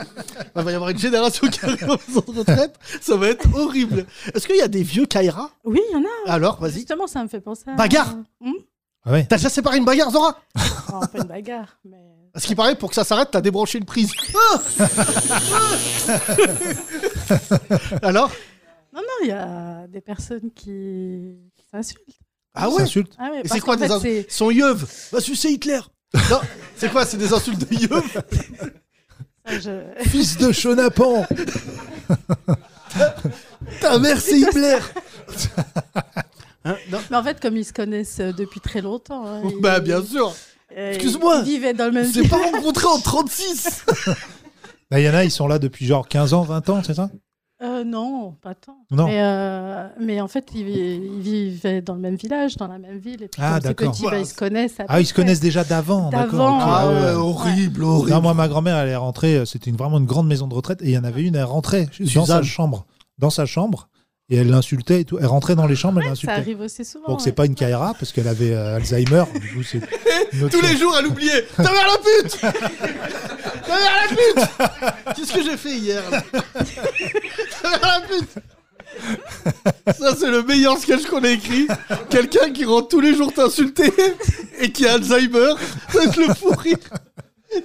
C: Il va y avoir une génération qui arrive à la maison de retraite. Ça va être horrible. Est-ce qu'il y a des vieux caillera
J: Oui, il y en a.
C: Alors, vas-y.
J: Justement, ça me fait penser à.
C: Bagarre
J: Hmm
D: Ah ouais.
C: T'as déjà séparé une bagarre, Zora
J: Non, pas une bagarre, mais.
C: Parce qu'il paraît, pour que ça s'arrête, t'as débranché une prise. Ah Alors
J: Non, non, il y a des personnes qui, qui s'insultent.
C: Ah ouais
D: Insulte.
J: Ah ouais,
C: Et c'est
J: parce
C: quoi
J: qu'en
C: des
J: fait,
C: insultes
J: c'est-
C: Son yeuve Va sucer Hitler Non C'est quoi C'est des insultes de yeuve
J: Ah, je-
D: Fils de Chenapan
C: Ta mère, c'est Himmler Hein Non
J: Mais en fait, comme ils se connaissent euh, depuis très longtemps. hein, ils-
C: Bah, bien sûr
J: euh,
C: excuse-moi.
J: Ils vivaient dans le même
C: C'est pas rencontré en 36
D: Bah, Il y en a, ils sont là depuis genre 15 ans, 20 ans, c'est ça
J: Euh, non, pas tant.
D: Non.
J: Mais, euh, mais en fait, ils, vi- ils vivaient dans le même village, dans la même ville. Et puis,
D: Ah,
J: comme c'est
D: d'accord.
J: petit, bah, ils se connaissent. à
D: Ah,
J: peu
D: ils se
J: près.
D: connaissent déjà d'avant, d'accord.
J: D'avant.
D: ok.
J: Ah
D: ouais.
C: horrible,
D: Non, moi, ma grand-mère, elle est rentrée, euh, c'était une- vraiment une grande maison de retraite, et il y en avait une, elle rentrait dans sa
C: Suzanne.
D: chambre, dans sa chambre, et elle l'insultait et tout. Elle rentrait dans les chambres, elle
J: Ça
D: l'insultait.
J: arrive aussi souvent.
D: Donc c'est
J: ouais.
D: pas une Kaira, parce qu'elle avait euh, Alzheimer, du coup, c'est une autre
C: Tous les
D: chose.
C: jours, à l'oublier Ta mère la pute Ta mère la pute Qu'est-ce que j'ai fait hier là Ta mère la pute Ah, Ça, c'est le meilleur sketch qu'on a écrit. Quelqu'un qui rentre tous les jours t'insulter et qui a Alzheimer. Ça va être le fou rire.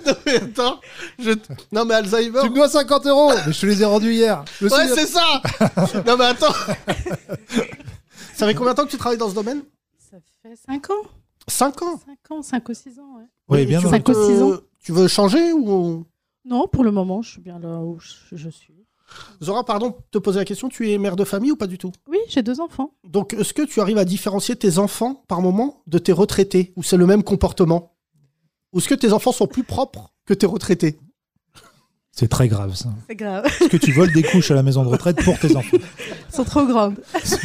C: Non mais attends, je... t- non mais Alzheimer.
D: Tu me dois 50 euros Mais je te les ai rendus hier Je me
C: Ouais
D: souviens.
C: c'est ça. Non mais attends. Ça fait combien de temps que tu travailles dans ce domaine
J: Ça fait 5 ans.
C: 5 ans.
J: 5 ans, 5 ou 6 ans. ouais.
D: Oui, bien
C: Tu veux
D: entendu.
J: Cinq ou six
C: te- Tu veux changer ou
J: Non, pour le moment, je suis bien là où je, je suis.
C: Zora, pardon, te poser la question, tu es mère de famille ou pas du tout
J: Oui, j'ai deux enfants.
C: Donc, est-ce que tu arrives à différencier tes enfants par moment de tes retraités Ou c'est le même comportement Ou est-ce que tes enfants sont plus propres que tes retraités
D: C'est très grave, ça.
J: C'est grave.
D: Est-ce que tu voles des couches à la maison de retraite pour tes enfants
J: Ils sont trop grandes.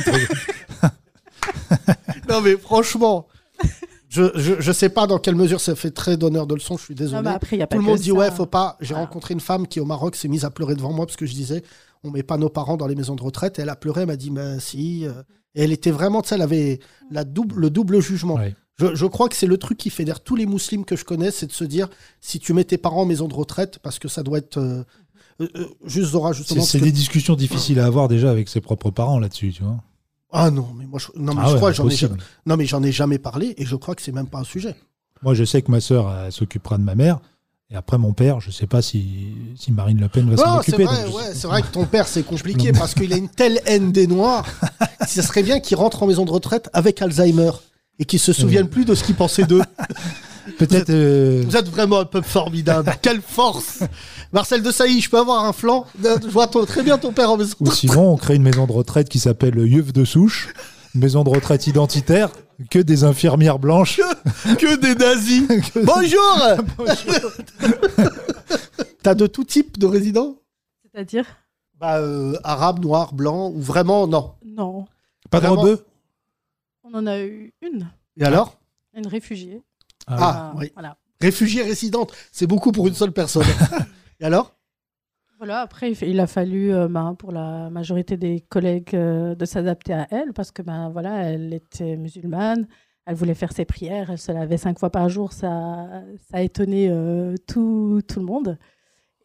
C: Non, mais franchement, je, je, je sais pas dans quelle mesure ça fait très donneur de leçons, je suis
J: Non,
C: désolé.
J: mais Ah bah, après, il n'y a pas
C: Tout le
J: que
C: monde dit
J: ça.
C: ouais, faut pas. J'ai
J: Ah.
C: rencontré une femme qui au Maroc s'est mise à pleurer devant moi parce que je disais on met pas nos parents dans les maisons de retraite. Et elle a pleuré, elle m'a dit mais si. euh. Et elle était vraiment, tu sais, elle avait la double, le double jugement.
D: Ouais.
C: Je, je crois que c'est le truc qui fédère tous les musulmans que je connais, c'est de se dire si tu mets tes parents en maison de retraite, parce que ça doit être. euh, euh, euh, juste Zora,
D: C'est
C: justement.
D: c'est
C: parce
D: des
C: que-
D: discussions difficiles à avoir déjà avec ses propres parents là-dessus, tu vois.
C: Ah non, mais moi, je, non, mais
D: Ah
C: je
D: ouais,
C: crois que j'en ai,
D: impossible.
C: jamais- non, mais j'en ai jamais parlé et je crois que c'est même pas un sujet.
D: Moi, je sais que ma sœur euh, s'occupera de ma mère. Et après, mon père, je sais pas si, si Marine Le Pen va s'en
C: Non, Ah, c'est
D: occuper.
C: vrai,
D: donc je
C: ouais,
D: sais-
C: c'est vrai que ton père, c'est compliqué parce qu'il a une telle haine des Noirs. ça serait bien qu'il rentre en maison de retraite avec Alzheimer et qu'il se souvienne plus de ce qu'il pensait d'eux.
D: Peut-être. euh,
C: Vous êtes vraiment un peuple formidable. Quelle force Marcel de Sailly, je peux avoir un flanc Je vois ton- très bien ton père en maison de
D: Ou sinon, on crée une maison de retraite qui s'appelle Yeuf de Souche, une maison de retraite identitaire, que des infirmières blanches.
C: que des nazis. Bonjour T'as de tout type de résidents
J: C'est-à-dire
C: Bah, euh, arabe, noir, blanc, ou vraiment, non.
J: Non.
D: Pas de
C: Vraiment.
D: rebeu
J: On en a eu une,
C: Et alors
J: une réfugiée.
C: Ah,
J: Euh,
C: oui.
J: Voilà.
C: Réfugiée résidente, c'est beaucoup pour une seule personne. Et alors
J: Voilà, après, il fa- il a fallu euh, ben, pour la majorité des collègues euh, de s'adapter à elle parce que ben, voilà, elle était musulmane, Elle voulait faire ses prières, elle se lavait cinq fois par jour, ça, ça a étonné euh, tout, tout le monde.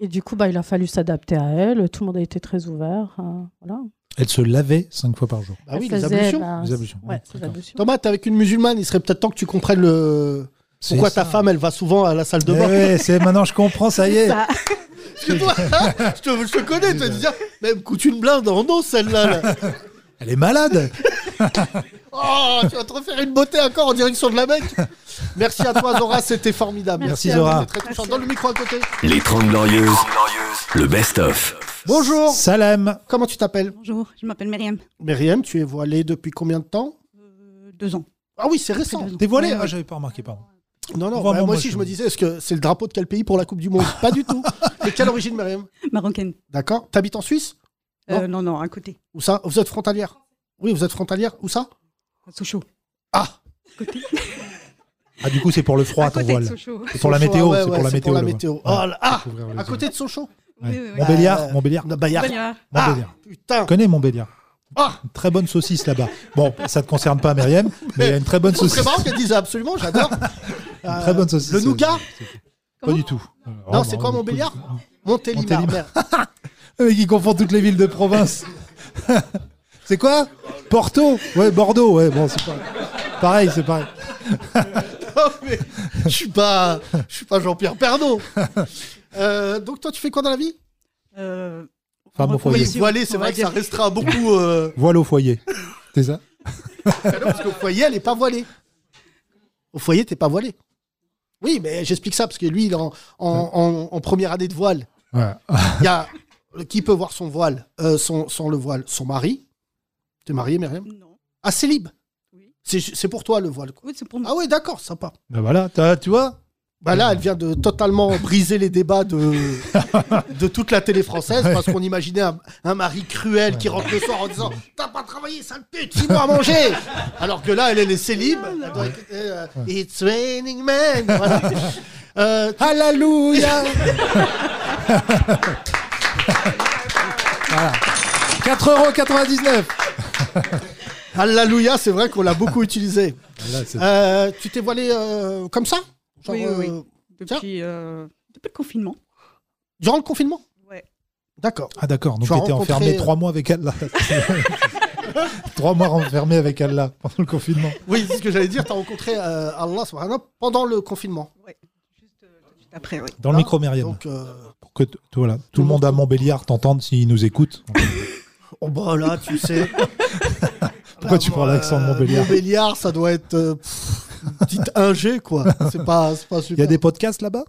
J: Et du coup, bah, il a fallu s'adapter à elle, tout le monde a été très ouvert. euh, voilà.
D: Elle se lavait cinq fois par jour.
C: Bah
J: Elle
C: oui, les
J: faisait,
C: ablutions.
J: bah,
D: Les ablutions,
J: ouais,
D: ouais,
J: les
D: d'accord.
J: ablutions.
C: Thomas, t'es avec une musulmane, il serait peut-être temps que tu comprennes le.
D: C'est
C: Pourquoi
D: ça.
C: ta femme, elle va souvent à la salle de
D: Eh
C: bain
D: ouais, c'est maintenant je comprends, ça y est.
J: Ça,
C: Parce que toi, hein, je te, je te connais, tu vas te dire, mais elle me coûte une blinde en eau, celle-là. là.
D: Elle est malade.
C: Oh, tu vas te refaire une beauté encore en direction de la Mecque. Merci à toi, Zora, c'était formidable.
D: Merci,
C: à vous,
D: Zora.
C: c'est Très touchant. Dans le micro à côté.
E: Les 30 Glorieuses, le best-of.
C: Bonjour,
D: Salam.
C: comment tu t'appelles
K: Bonjour, je m'appelle Myriam.
C: Myriam, tu es voilée depuis combien de temps
K: Euh, deux ans.
C: Ah oui, c'est récent.
K: Deux ans.
D: T'es voilé
K: Ouais,
D: Ah,
K: ouais.
D: j'avais pas remarqué, pardon.
C: Non, non,
D: Vraiment,
C: bah, moi
D: moi,
C: aussi,
D: je-
C: je me disais, est-ce que c'est le drapeau de quel pays pour la Coupe du Monde Pas du tout. De quelle origine, Myriam
K: Marocaine.
C: D'accord. T'habites en Suisse
K: Euh, non, non, à côté.
C: Où ça Vous êtes frontalière Oui, vous êtes frontalière Où ça
K: À Sochaux.
C: Ah
D: Ah, du coup, c'est pour le froid
K: à
D: ton
K: côté de
D: voile.
K: Sochaux.
D: C'est pour la
C: Sochaux, ah
D: météo,
C: ouais,
D: c'est
C: ouais,
D: pour la météo. le voile.
C: Oh là- ah,
D: Faut ouvrir les
C: À
D: yeux.
C: côté de Sochaux
D: Ouais.
K: Oui, oui, oui.
D: Montbéliard,
C: Euh,
D: Montbéliard.
C: Non, Bayard.
K: Bagnard.
C: Ah,
D: Montbéliard.
C: putain
D: Je connais Montbéliard.
C: Ah
D: Une Très bonne saucisse là-bas. Bon, ça te concerne pas, Myriam, mais il y a une très bonne
C: C'est
D: saucisse.
C: très marrant qu'elle dise absolument, j'adore.
D: Une très bonne saucisse.
C: le nougat
D: Pas du tout. Euh,
C: Non, c'est quoi Montbéliard Montélimar.
D: Montélimar.
C: merde.
D: Eux qui confond toutes les villes de province. c'est quoi Porto Ouais, Bordeaux. Ouais, bon, c'est pas... pareil, c'est pareil.
C: Non, mais Je suis pas, je suis pas Jean-Pierre Pernaud. Euh, donc toi, tu fais quoi dans la vie
K: Euh,
D: Femme au
K: on
D: foyer.
K: reconnaît-
C: Oui, voilé, c'est
K: on
C: vrai
K: va
C: que ça
K: dire.
C: restera beaucoup. euh,
D: Voile au foyer. C'est ça
C: parce qu'au foyer, elle est pas voilée. Au foyer, t'es pas voilée. Oui, mais j'explique ça parce que lui, il est en, en- en- en première année de voile.
D: Ouais.
C: Il y a qui peut voir son voile, euh, son, sans le voile, son mari. T'es marié, Myriam
K: Non.
C: Ah, c'est libre.
K: Oui.
C: C'est c'est pour toi le voile. quoi.
K: Oui, c'est pour moi.
C: Ah oui, d'accord, sympa.
D: Ben voilà, t'as- tu vois
C: Bah là, elle vient de totalement briser les débats de, de toute la télé française parce qu'on imaginait un, un mari cruel qui rentre le soir en disant T'as pas travaillé, sale pute, fais-moi à manger Alors que là, elle est laissée libre. Elle doit écouter, euh, It's raining man. Voilà. Euh,
D: Alléluia Voilà. 4,99€
C: Alléluia, c'est vrai qu'on l'a beaucoup utilisé.
D: Voilà, c'est-
C: Euh, tu t'es voilé euh, comme ça Genre,
K: Oui, oui, oui.
C: euh,
K: Depuis, euh, depuis le confinement.
C: Durant le confinement
K: Ouais.
C: D'accord.
D: Ah d'accord, donc
C: Tu as
D: t'étais
C: rencontré,
D: enfermé
C: euh,
D: trois mois avec Allah. trois mois enfermé avec Allah pendant le confinement.
C: Oui, c'est ce que j'allais dire. T'as rencontré euh, Allah subhanahu wa ta'ala, pendant le confinement.
K: Juste, euh, tout de suite après, oui.
D: Dans le
C: Ah,
D: micro, Myriam.
C: Donc. euh,
D: Pour que t- voilà, tout le monde à Montbéliard t'entende s'il nous écoute.
C: Oh bah là, tu sais.
D: Pourquoi tu prends l'accent de Montbéliard
C: Ah, euh, Montbéliard, ça doit être euh, pff, une petite 1G, quoi. C'est pas, c'est pas
D: Il y
C: super.
D: a des podcasts là-bas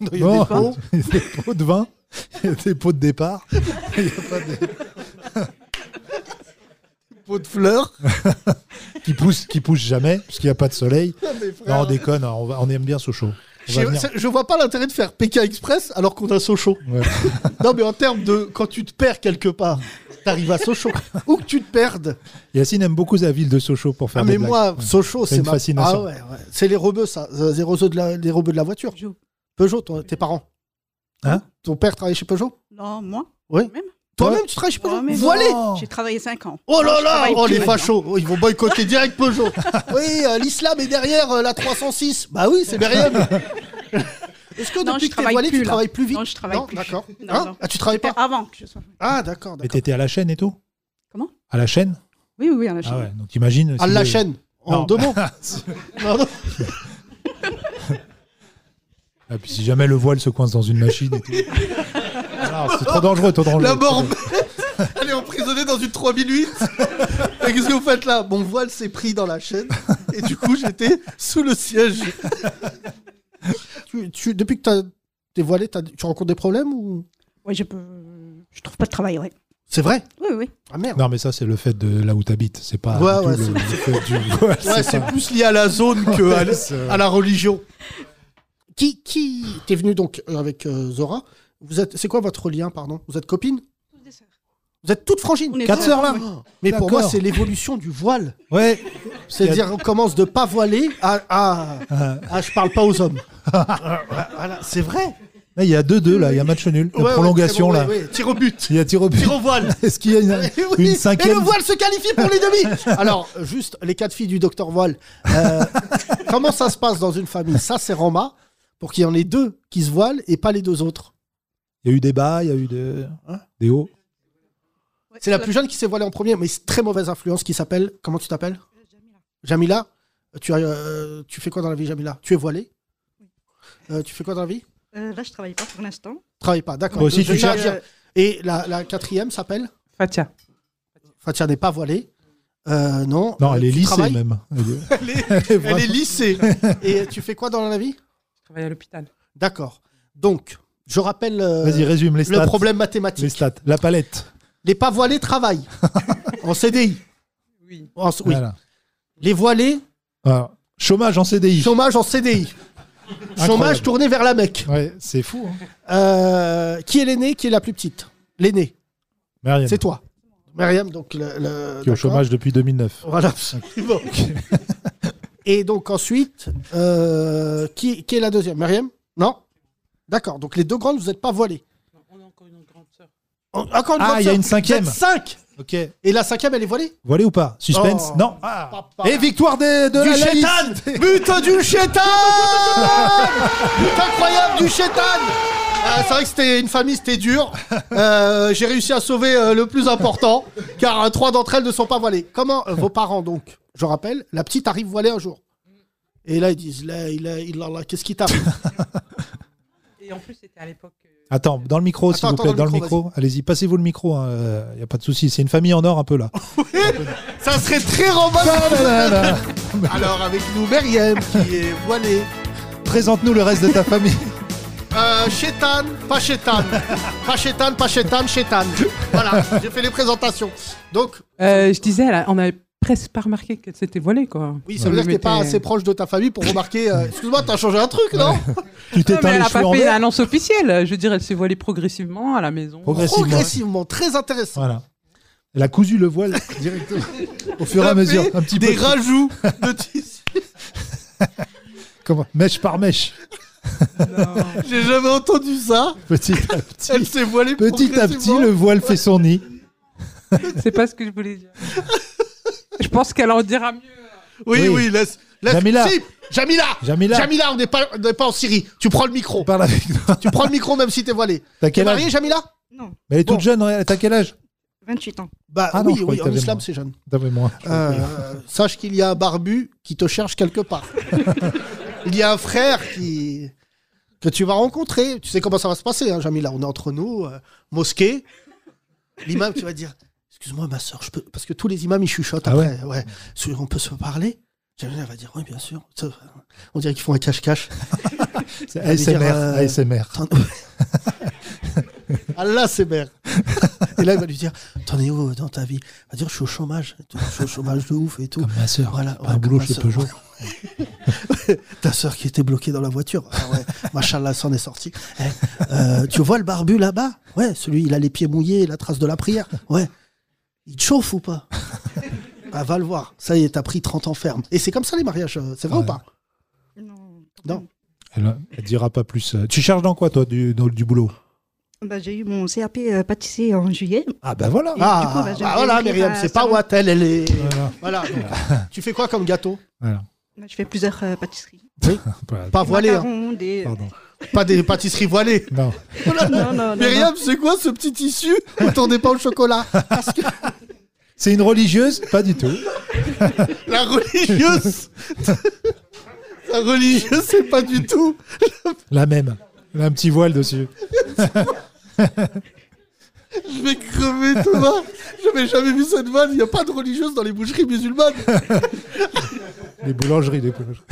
C: Non, il y a
D: Non,
C: des pots.
D: il y a des pots de vin, il y a des pots de départ. Il y a pas de-
C: pots de fleurs.
D: Qui poussent qui poussent jamais, parce qu'il n'y a pas de soleil.
C: Ah, Mais
D: Non,
C: frère,
D: on déconne, hein. on, va- on aime bien Sochaux. On va
C: je,
D: venir.
C: c'est- je vois pas l'intérêt de faire Pékin Express alors qu'on a Sochaux.
D: Ouais.
C: Non, mais en termes de quand tu te perds quelque part, t'arrives à Sochaux. Ou que tu te perdes.
D: Yacine aime beaucoup la ville de Sochaux pour faire
C: Ah,
D: des
C: mais
D: blagues.
C: moi,
D: Ouais.
C: Sochaux,
D: C'est
C: c'est
D: une
C: ma.
D: fascination.
C: Ah ouais, ouais. C'est les rebeux, ça. Euh, Les roseaux de la, les rebeux de la voiture.
K: Peugeot.
C: Peugeot, ton- tes parents.
D: Hein
C: Ton père travaillait chez Peugeot
K: Non, moi
C: Oui.
K: Même.
C: Toi-même, tu travailles chez Peugeot
K: Moi-même.
C: Voilé
D: Non.
K: J'ai travaillé cinq ans.
C: Oh là
K: Je
C: là
K: travaille
C: Oh
K: plus
C: les
K: maintenant.
C: fachos Oh, Ils vont boycotter direct Peugeot Oui, euh, l'islam est derrière euh, la 306 Bah oui, c'est derrière Est-ce que
K: Non, je
C: depuis que t'es
K: travaille
C: voilé,
K: plus,
C: tu
K: là.
C: travailles plus vite
K: Non, je travaille plus.
C: d'accord.
K: Non,
C: Hein
K: non.
C: ah, tu travailles
K: C'était
C: pas
K: avant que je sois.
C: Ah, d'accord,
D: Mais
C: d'accord.
D: t'étais à la chaîne et tout
K: Comment
D: À la chaîne
K: Oui, oui, oui, à la chaîne.
D: Ah ouais, donc imagine.
C: À
D: si
C: la
D: le-
C: chaîne, en
D: Non.
C: deux mots. Non, non.
D: Ah, puis si jamais le voile se coince dans une machine et tout. Alors, c'est trop dangereux, trop dangereux.
C: La mort bête, Elle est emprisonnée dans une 3008 Mais qu'est-ce que vous faites là Mon voile s'est pris dans la chaîne et du coup j'étais sous le siège. tu, tu- depuis que t'as- t'es voilé, t'as- tu rencontres des problèmes ou
K: Ouais, je peux. Je trouve pas de travail, ouais.
C: C'est vrai
K: Oui, oui.
C: Ah merde
D: Non, mais ça, c'est le fait de là où t'habites. C'est pas.
C: Ouais,
D: du tout le,
C: ouais,
D: le fait du voile.
C: Ouais,
D: c'est
C: c'est
D: pas-
C: plus lié à la zone que à,
D: Ouais, c'est-
C: à la religion. Qui, qui t'es venu donc euh, avec euh, Zora Vous êtes, c'est quoi votre lien, pardon Vous êtes copine Vous êtes toutes frangines.
K: On est
D: Quatre
K: deux.
D: sœurs là
C: Oh, Mais pour
D: D'accord.
C: moi, c'est l'évolution du voile.
D: Ouais.
C: C'est-à-dire, on commence de pas voiler à, à,
D: Ah,
C: à je parle pas aux hommes. Voilà, c'est vrai.
D: Là, il y a 2-2, là, il y a match nul. La
C: Ouais, ouais,
D: prolongation,
C: c'est bon,
D: là.
C: ouais, ouais. Tir au but.
D: Il y a tir au but.
C: Tir au voile. Eh
D: Est-ce qu'il y a une, une
C: Oui, Et
D: cinquième
C: le voile se qualifie pour les demi. Alors, juste les quatre filles du docteur Voile. Euh, comment ça se passe dans une famille Ça, c'est Rama, pour qu'il y en ait deux qui se voilent et pas les deux autres.
D: Il y a eu des bas, il y a eu de-
C: Hein
D: des hauts.
C: C'est la plus jeune qui s'est voilée en premier, mais c'est très mauvaise influence qui s'appelle. Comment tu t'appelles Jamila. tu, as, euh, tu fais quoi dans la vie, Jamila Tu es voilée Euh, Tu fais quoi dans la vie
K: Euh, là, je travaille pas pour l'instant.
C: Travaille pas, d'accord.
K: Moi aussi,
C: Je
K: tu-
C: tiens à dire. euh, Et la, la quatrième s'appelle
L: Fatia.
C: Fatia n'est pas voilée. Euh, non.
D: Non,
C: Euh,
D: elle est
C: tu
D: lycée,
C: travailles
D: même. Elle est-
C: Elle est, elle est lycée. Et tu fais quoi dans la vie Je
L: travaille à l'hôpital.
C: D'accord. Donc, je rappelle. euh,
D: Vas-y, résume les stats.
C: Le problème mathématique.
D: Les stats. La palette.
C: Les pas voilés travaillent en CDI. Oui. oui.
D: Voilà.
C: Les voilés,
D: Alors, chômage en CDI.
C: chômage en CDI. chômage
D: Incroyable.
C: tourné vers la Mecque.
D: Ouais, c'est fou. hein.
C: Euh, qui est l'aîné, qui est la plus petite L'aîné.
D: Myriam,
C: C'est toi. Myriam, donc le. le-
D: qui est au
C: d'accord.
D: chômage depuis 2009.
C: Voilà, absolument. Et donc ensuite, euh, qui, qui est la deuxième Myriam Non D'accord, donc les deux grandes, vous n'êtes pas voilées. On a encore une grande sœur. Encore une grande
D: Ah, il y a
C: sœur.
D: une cinquième.
C: Vous êtes cinq
D: Ok.
C: Et la cinquième, elle est voilée
D: Voilé ou pas Suspense
C: Oh.
D: Non. Ah. Et victoire des- de
C: du
D: la
C: chétan
D: Laïs.
C: But du chétan But incroyable du chétan Euh, c'est vrai que c'était une famille, c'était dur. Euh, J'ai réussi à sauver euh, le plus important, car euh, trois d'entre elles ne sont pas voilées. Comment euh, vos parents, donc, je rappelle, la petite arrive voilée un jour. Et là, ils disent, là, il a, il a, là, qu'est-ce qui t'arrive
L: Et en plus, c'était à l'époque.
D: Attends, dans le micro, s'il
C: Attends,
D: vous plaît.
C: attends,
D: Dans le micro. Allez-y, passez-vous le micro. Il n'y a pas de souci. C'est une famille en or un peu là.
C: Ça serait très romantique. Alors, avec nous, Meriem, qui est voilée.
D: Présente-nous le reste de ta famille.
C: Euh, Chétan, pas Chétan. Pas Chétan, pas Chétan, Chétan. Voilà, j'ai fait les présentations. Donc,
L: Euh, je disais, là, on avait presque pas remarqué que c'était voilé, quoi.
C: oui, ça veut dire que t'es pas assez proche de ta famille pour remarquer. euh, Excuse-moi, t'as changé un truc, non
L: Tu
C: t'éteins les
L: Elle a
C: cheveux
L: pas
C: en
L: fait
C: l'air.
L: l'annonce officielle. Je veux dire, elle s'est voilée progressivement à la maison.
D: Progressivement.
C: Progressivement, très intéressant.
D: Voilà. Elle a cousu le voile directement. Au fur et
C: Elle a
D: à mesure.
C: fait
D: Un petit
C: des
D: peu.
C: rajouts de tissu.
D: Comment Mèche par mèche.
C: J'ai jamais entendu ça.
D: Petit à petit.
C: Elle s'est voilée
D: Petit à petit,
C: progressivement.
D: le voile fait son nid.
L: C'est pas ce que je voulais dire. je pense qu'elle en dira mieux.
C: Oui, oui, laisse. laisse-
L: Jamila.
C: Si, Jamila.
D: Jamila.
C: on n'est pas, on n'est pas en Syrie. Tu prends le micro.
D: Parle avec
C: Tu prends le micro même si t'es voilée.
D: T'as
C: T'es
D: quel
C: mariée,
D: âge
C: Jamila
D: Mais elle est toute jeune, elle t'as quel âge
K: 28 ans.
C: Bah
D: Ah non,
C: oui,
D: je
C: oui,
D: croyais que
C: en
D: t'avais
C: islam,
D: moins.
C: c'est jeune.
D: T'avais moins.
C: Euh, sache qu'il y a un barbu qui te cherche quelque part. Il y a un frère qui que tu vas rencontrer. Tu sais comment ça va se passer, hein, Jamila. On est entre nous, euh, mosquée. L'imam qui va dire Excuse-moi, ma soeur, je peux. Parce que tous les imams, ils chuchotent
D: Ah
C: après. Ouais. Est-ce qu'on peut se parler Jamila va dire Oui, bien sûr. Ça, On dirait qu'ils font un cache-cache.
D: C'est
C: Elle va dire,
D: ASMR.
C: euh,
D: ASMR.
C: Allah, c'est merde. Et là, il va lui dire T'en es où euh, dans ta vie Il va dire Je suis au chômage. et tout. Je suis au chômage de ouf et tout.
D: Comme ma sœur,
C: Voilà,
D: pas un boulot chez Peugeot.
C: Ta sœur qui était bloquée dans la voiture. Ah ouais, Machallah s'en est sorti. Eh, euh, tu vois le barbu là-bas Ouais, celui, il a les pieds mouillés, la trace de la prière. Ouais. Il te chauffe ou pas Bah, va le voir. Ça y est, t'as pris 30 ans ferme. Et c'est comme ça les mariages, euh, c'est vrai ou pas
D: Elle, elle dira pas plus. Euh, Tu cherches dans quoi, toi, du, dans- du boulot
K: Bah, j'ai eu mon CAP euh, pâtissier en juillet.
D: Ah, bah voilà.
K: Et du coup,
C: Ah,
K: bah, j'aimerais
C: bah voilà,
K: écrire
C: Myriam,
K: à
H: euh,
C: c'est pas
K: Salon.
C: Wattel, elle est.
D: Voilà.
C: Voilà. tu fais quoi comme gâteau
D: Voilà.
K: Bah, Je fais plusieurs euh, pâtisseries.
C: Oui. Pas voilé. hein.
K: Macarons, des...
D: Pardon.
C: Pas des pâtisseries voilées.
D: Non.
K: non, non, non,
C: Myriam, c'est quoi ce petit tissu autour des pains au chocolat Parce que
D: C'est une religieuse Pas du tout.
C: la religieuse. la religieuse, c'est pas du tout.
D: La même. Elle a un petit voile dessus.
C: Je vais crever, Thomas. J'avais jamais vu cette vanne. Il n'y a pas de religieuse dans les boucheries musulmanes.
D: Les boulangeries, les boulangeries.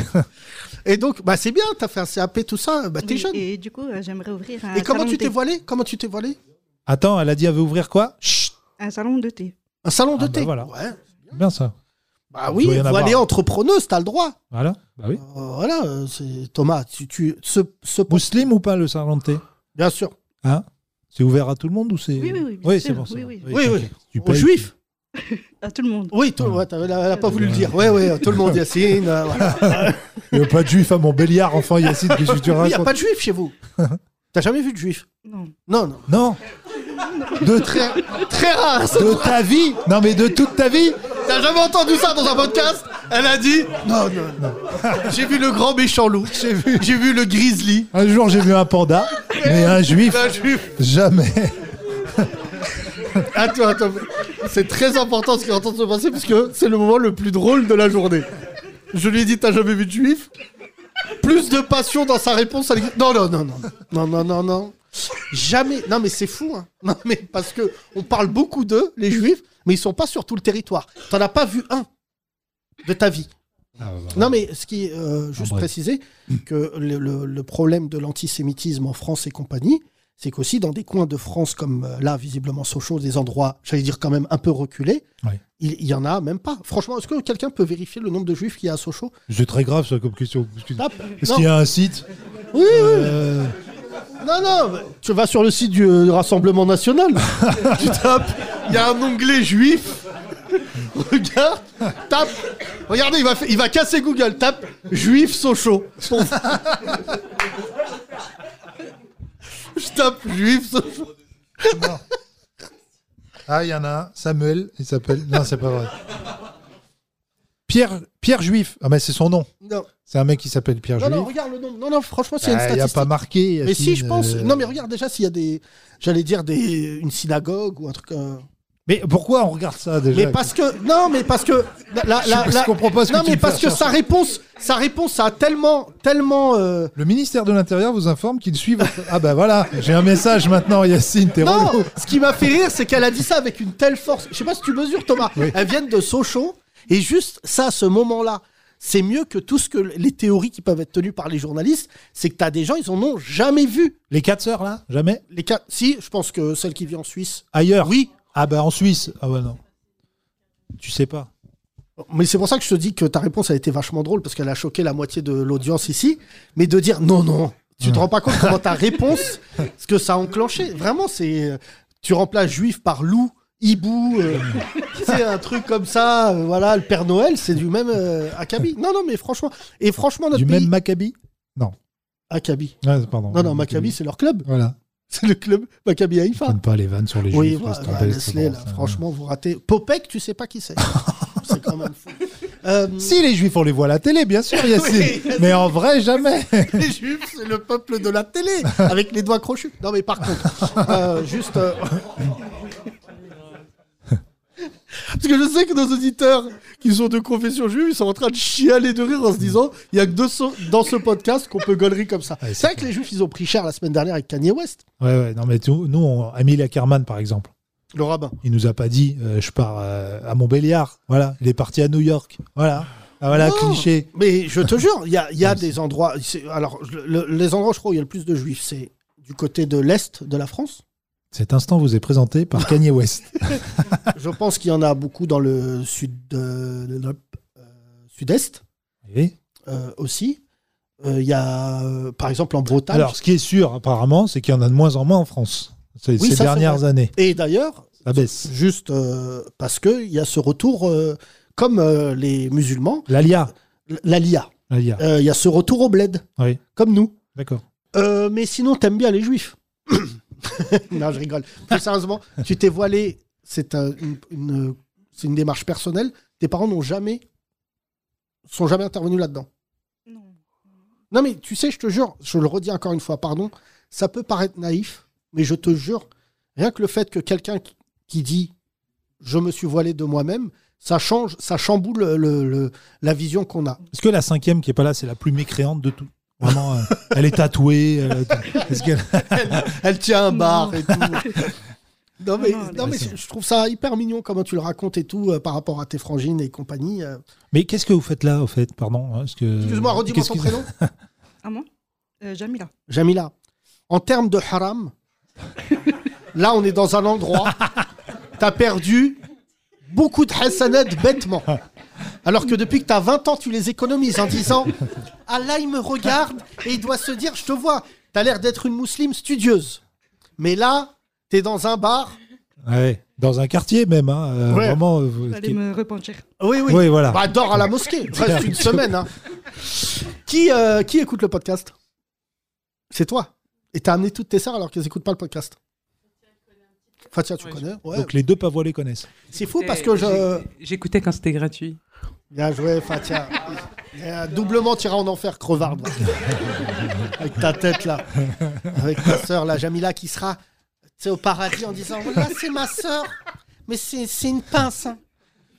C: Et donc, bah, c'est bien, t'as fait un CAP, tout ça. Bah, t'es
K: Oui,
C: jeune. Et,
K: Et du coup, euh, j'aimerais ouvrir un
C: comment
K: salon
C: tu
K: de
C: t'es
K: thé.
C: voilé Comment tu t'es voilé
D: Attends, elle a dit elle veut ouvrir quoi Chut
K: Un salon de thé.
C: Un salon de
D: Ah, bah
C: thé.
D: voilà.
C: Ouais.
D: Bien ça.
C: Bah
D: Il doit
C: oui,
D: y en
C: voilée
D: avoir.
C: entrepreneuse, t'as le droit.
D: Voilà. Bah oui.
C: Euh, voilà, euh, c'est Thomas, tu, tu ce, ce
D: Mousseline ou pas le salon de thé
C: bien sûr.
D: Hein C'est ouvert à tout le monde ou c'est.
K: Oui, oui, oui, bien
D: Oui,
K: sûr.
D: c'est bon.
K: Oui,
D: c'est bon.
K: oui.
C: Oui, oui.
D: t'inquiète. Tu
C: Aux
D: payes,
C: juifs.
K: À tout le monde.
C: Oui, tout, ouais, t'avais- elle a elle a pas voulu le dire. Oui, oui, tout le monde, Yacine. euh, voilà.
D: Il n'y a pas de juif à Montbéliard, enfin, Yacine, qu'est-ce que tu
C: Il n'y a
D: racontes
C: pas de juifs chez vous. T'as jamais vu de juif
K: Non.
C: Non, non.
D: Non
C: De très, très rare. ça.
D: De ta vie Non, mais de toute ta vie
C: T'as jamais entendu ça dans un podcast Elle a dit Non, non, non. J'ai vu le grand méchant loup. J'ai vu, j'ai vu le grizzly.
D: Un jour, j'ai vu un panda, mais un juif,
C: Un juif.
D: jamais.
C: Attends, Ah, attends. C'est très important ce qui est en train de se passer parce que c'est le moment le plus drôle de la journée. Je lui ai dit T'as jamais vu de juif Plus de passion dans sa réponse. à l'équipe. Non, non, non, non. Non, non, non, non. Jamais. Non, mais c'est fou. hein. Non, mais parce que on parle beaucoup d'eux, les juifs, mais ils sont pas sur tout le territoire. T'en as pas vu un de ta vie. Non, mais ce qui est euh,
D: Ah,
C: juste
D: bref. Hmm.
C: préciser que le, le- le problème de l'antisémitisme en France et compagnie, c'est qu'aussi dans des coins de France comme euh, là, visiblement Sochaux, des endroits, j'allais dire quand même un peu reculés,
D: Ouais.
C: il il y en a même pas. Franchement, est-ce que quelqu'un peut vérifier le nombre de juifs qu'il y a à Sochaux
D: C'est très grave, ça, comme question. Excuse-
C: Ah,
D: Est-ce
C: non.
D: Hmm. qu'il y a un site
C: Oui, oui.
D: Euh,
C: Non, non, mais tu vas sur le site du euh, Rassemblement National, tu tapes, il y a un onglet juif, regarde, tape, regardez, il va, fa- il va casser Google, tape juif Sochaux. Pour- Je tape juif Sochaux.
D: Ah, il y en a un, Samuel, il s'appelle. Non, c'est pas vrai. Pierre, Pierre Juif. Ah, mais c'est son nom.
C: Non,
D: C'est un mec qui s'appelle Pierre
C: non, non,
D: Juif.
C: regarde le nombre, non, non, franchement, c'est
D: Bah,
C: une
D: Il n'y a
C: statistique.
D: pas marqué.
C: mais si,
D: Yacine,
C: je pense,
D: euh,
C: non, mais regarde déjà s'il y a des, j'allais dire des, une synagogue ou un truc. euh,
D: Mais pourquoi on regarde ça déjà
C: Mais parce que non, mais parce que la, la-
D: Je sais
C: la-
D: pas ce
C: la-
D: qu'on propose que
C: non,
D: tu
C: mais
D: me
C: parce
D: fasses
C: que
D: faire
C: sa
D: ça.
C: réponse, sa réponse ça a tellement, tellement. euh,
D: Le ministère de l'Intérieur vous informe qu'il suit votre... Ah bah voilà, j'ai un message maintenant, Yacine, t'es
C: Non,
D: relou.
C: ce qui m'a fait rire, c'est qu'elle a dit ça avec une telle force. Je sais pas si tu mesures, Thomas.
D: Oui.
C: Elles viennent de Sochaux et juste ça, ce moment-là. C'est mieux que tout ce que les théories qui peuvent être tenues par les journalistes, c'est que tu as des gens, ils en ont jamais vu.
D: Les quatre sœurs, là Jamais
C: Les cas, si, je pense que celle qui vit en Suisse.
D: Ailleurs
C: Oui,
D: Ah bah en Suisse Ah bah non. Tu sais pas.
C: Mais c'est pour ça que je te dis que ta réponse a été vachement drôle parce qu'elle a choqué la moitié de l'audience ici. Mais de dire non, non, tu te rends pas compte comment ta réponse, ce que ça a enclenché. Vraiment, c'est. euh, Tu remplaces juif par loup, hibou, euh, tu sais, un truc comme ça. euh, voilà, le Père Noël, c'est du même euh, acabit. Non, non, mais franchement. Et franchement, notre
D: Du
C: pays.
D: même Maccabi Non.
C: acabit.
D: Ah, pardon.
C: Non, non, Maccabi, c'est leur club.
D: Voilà.
C: C'est le club Maccabi Haïfa.
D: Je ne pas les vannes sur les
C: Oui,
D: juifs.
C: voilà,
D: laisse tomber, c'est
C: Nestlé,
D: bon,
C: là,
D: ça.
C: franchement, vous ratez. Popek, tu sais pas qui c'est. c'est quand même fou. Euh,
D: Si les juifs, on les voit à la télé, bien sûr, Yacine.
C: Yacine.
D: Mais en vrai, jamais.
C: Les Juifs, c'est le peuple de la télé, avec les doigts crochus. Non, mais par contre, euh, juste. euh, Parce que je sais que nos auditeurs qui sont de confession juive, ils sont en train de chialer de rire en se disant il y a que deux so- dans ce podcast qu'on peut gaulerie comme ça.
D: Ouais, c'est
C: c'est vrai que les Juifs, ils ont pris cher la semaine dernière avec Kanye West,
D: Ouais, ouais, non, mais tout- nous, on, Amelia Kerman, par exemple,
C: le rabbin.
D: il nous a pas dit euh, je pars euh, à Montbéliard. Voilà, il est parti à New York. Voilà. Ah, voilà,
C: Non,
D: cliché.
C: Mais je te jure, il y a, il y a des endroits. c'est- Alors, le- le- les endroits, je crois, où il y a le plus de Juifs, c'est du côté de l'Est de la France.
D: Cet instant vous est présenté par Kanye West.
C: Je pense qu'il y en a beaucoup dans le sud de l'Europe, euh, sud-est
D: Et
C: euh, aussi. Euh, Il y a, euh, par exemple, en Bretagne.
D: Alors, ce qui est sûr, apparemment, c'est qu'il y en a de moins en moins en France ces,
C: Oui,
D: ces
C: ça, c'est
D: dernières
C: vrai.
D: années.
C: Et d'ailleurs,
D: Ça baisse.
C: juste euh, parce qu'il y a ce retour, euh, comme euh, les musulmans,
D: L'Alia.
C: l- la LIA.
D: L'Alia.
C: Euh, Il y a ce retour au bled,
D: Oui,
C: comme nous.
D: d'accord.
C: Euh, mais sinon, t'aimes bien les juifs. non, je rigole. Plus sérieusement, tu t'es voilé. C'est un- une, une- c'est une démarche personnelle. Tes parents n'ont jamais sont jamais intervenus là-dedans.
K: Non.
C: Non, mais tu sais, je te jure, je le redis encore une fois, pardon, ça peut paraître naïf, mais je te jure, rien que le fait que quelqu'un qui- qui dit je me suis voilé de moi-même, ça change, ça chamboule le- le- la vision qu'on a.
D: Est-ce que la cinquième qui est pas là, c'est la plus mécréante de tout Vraiment, euh, elle est tatouée. elle a tout. Est-ce qu'elle-
C: Elle tient un
K: bar
C: et tout. Non mais,
K: Non, non,
C: non, mais je je trouve ça hyper mignon comment tu le racontes et tout euh, par rapport à tes frangines et compagnie. euh.
D: Mais qu'est-ce que vous faites là, au fait Pardon. hein, parce que-
C: Excuse-moi, redis-moi
D: Qu'est-ce
C: ton
D: que-
C: prénom.
K: À moi Euh, Jamila.
C: Jamila. En termes de haram, là on est dans un endroit, t'as perdu beaucoup de hasanat bêtement. Alors que depuis que t'as 20 ans, tu les économises en disant Allah il me regarde et il doit se dire je te vois, t'as l'air d'être une musulmane studieuse. Mais là, t'es dans un bar.
D: Ouais, Dans un quartier même. hein, euh,
C: Ouais.
D: Vraiment. euh, vous-
K: Vous allez me repentir.
C: Oui, oui.
D: Oui, voilà.
C: Bah, dors à la mosquée. Reste une semaine. hein. Qui, euh, qui écoute le podcast C'est toi. Et t'as amené toutes tes sœurs alors qu'elles n'écoutent pas le podcast. Fatia, tu connais ouais.
D: Donc les deux pavois les connaissent.
C: C'est fou parce que je.
L: J'écoutais quand c'était gratuit.
C: Bien joué, Fatia. Euh, Doublement tiré en enfer, crevarde. Avec ta tête là. Avec ta sœur là, Jamila qui sera tu sais, au paradis en disant Voilà, c'est ma sœur, mais c'est c'est une pince. hein.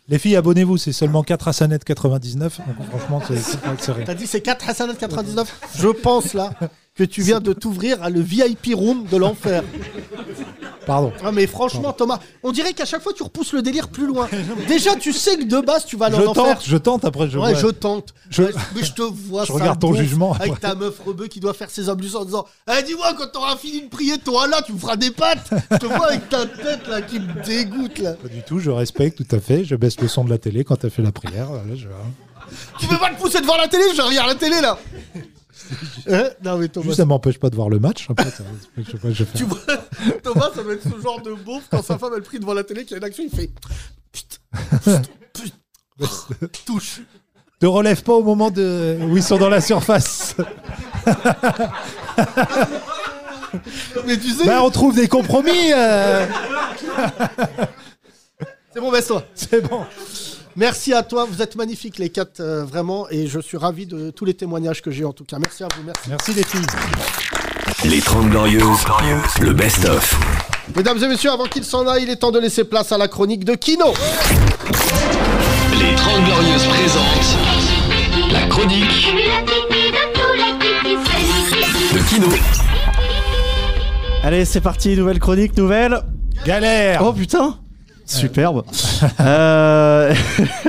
D: Les filles, abonnez-vous, c'est seulement 4 à sa net 99. Donc franchement, c'est- c'est pas serré.
C: T'as dit c'est 4 Hassanat 99. Je pense là que tu viens de t'ouvrir à le VIP room de l'enfer.
D: Pardon.
C: Ah mais franchement Thomas, on dirait qu'à chaque fois tu repousses le délire plus loin. Déjà tu sais que de base tu vas aller
D: Je
C: en enfer.
D: tente, je tente, après je
C: Ouais,
D: vois.
C: je tente.
D: Je-
C: Ouais, Mais je te vois.
D: Je
C: sale
D: regarde ton
C: bouffe,
D: jugement, après.
C: Avec ta meuf rebeu qui doit faire ses ablutions en disant Eh, dis-moi, quand t'auras fini de prier, toi là, tu me feras des pattes. Je te vois avec ta tête là qui me dégoûte là.
D: Pas du tout, je respecte tout à fait. Je baisse le son de la télé quand t'as fait la prière. Voilà, je-
C: Tu peux pas te pousser devant la télé Je regarde la télé là. Hein non, mais Thomas.
D: Juste, ça m'empêche pas de voir le match. Après, ça- je sais pas, je fais-
C: Tu vois, Thomas, ça doit être ce genre de beauf quand sa femme elle prie devant la télé qu'il y a une action, il fait Putain, putain, putain, touche.
D: Te relève pas au moment de... où ils sont dans la surface.
C: Mais tu sais.
D: Bah, on trouve des compromis. euh.
C: C'est bon, baisse-toi.
D: C'est bon.
C: Merci à toi, vous êtes magnifiques les quatre, euh, vraiment, et je suis ravi de tous les témoignages que j'ai en tout cas. Merci à vous, merci.
D: Merci les filles.
E: Les 30 Glorieuses, le best-of.
C: Mesdames et messieurs, avant qu'il s'en aille, il est temps de laisser place à la chronique de Kino.
E: Les 30 Glorieuses présentent la chronique de Kino.
H: Allez, c'est parti, nouvelle chronique, nouvelle.
D: Galère
H: Oh putain Superbe. Euh,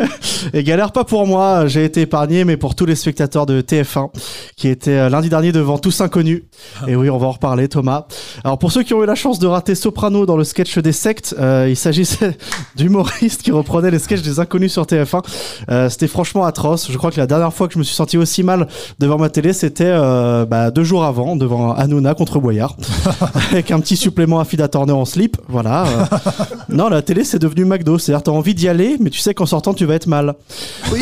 H: Et galère pas pour moi, j'ai été épargné, mais pour tous les spectateurs de TF1 qui étaient euh, lundi dernier devant tous inconnus. Et oui, on va en reparler, Thomas. Alors pour ceux qui ont eu la chance de rater Soprano dans le sketch des sectes, euh, il s'agissait d'humoristes qui reprenaient les sketchs des inconnus sur TF1. Euh, c'était franchement atroce. Je crois que la dernière fois que je me suis senti aussi mal devant ma télé, c'était euh, bah, deux jours avant, devant Hanouna contre Boyard, avec un petit supplément à Fida Turner en slip. Voilà. euh. non, la télé, c'est devenu McDo. C'est-à-dire, t'as envie d'y aller, mais tu sais qu'en sortant, tu vas être mal.
C: Oui.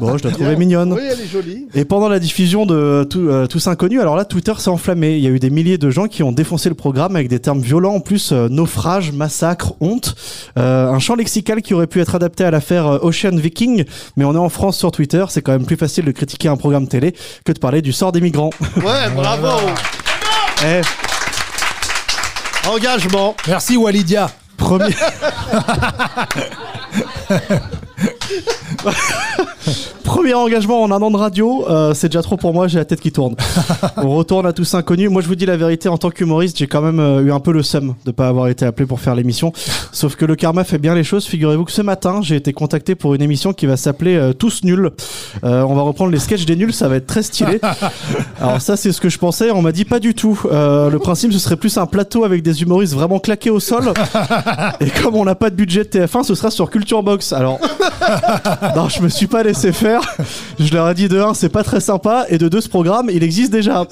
H: Bon, je la trouvais mignonne.
C: Oui, elle est jolie.
H: Et pendant la diffusion de tout, euh, Tous Inconnus, alors là, Twitter s'est enflammé. Il y a eu des milliers de gens qui ont défoncé le programme avec des termes violents, en plus euh, naufrage, massacre, honte. Euh, un champ lexical qui aurait pu être adapté à l'affaire euh, Ocean Viking, mais on est en France sur Twitter, c'est quand même plus facile de critiquer un programme télé que de parler du sort des migrants.
C: Ouais, bravo.
H: Eh.
C: Engagement.
D: Merci Walidia.
H: Premier. Premier engagement en un an de radio, euh, c'est déjà trop pour moi, j'ai la tête qui tourne. On retourne à tous inconnus. Moi, je vous dis la vérité, en tant qu'humoriste, j'ai quand même euh, eu un peu le seum de pas avoir été appelé pour faire l'émission. Sauf que le karma fait bien les choses. Figurez-vous que ce matin, j'ai été contacté pour une émission qui va s'appeler euh, Tous Nuls. Euh, on va reprendre les sketchs des nuls, ça va être très stylé. Alors ça, c'est ce que je pensais. On m'a dit pas du tout. Euh, le principe, ce serait plus un plateau avec des humoristes vraiment claqués au sol. Et comme on n'a pas de budget de TF1, ce sera sur Culture Box. Alors, non, je me suis pas laissé faire. Je leur ai dit de un, c'est pas très sympa, et de deux, ce programme, il existe déjà.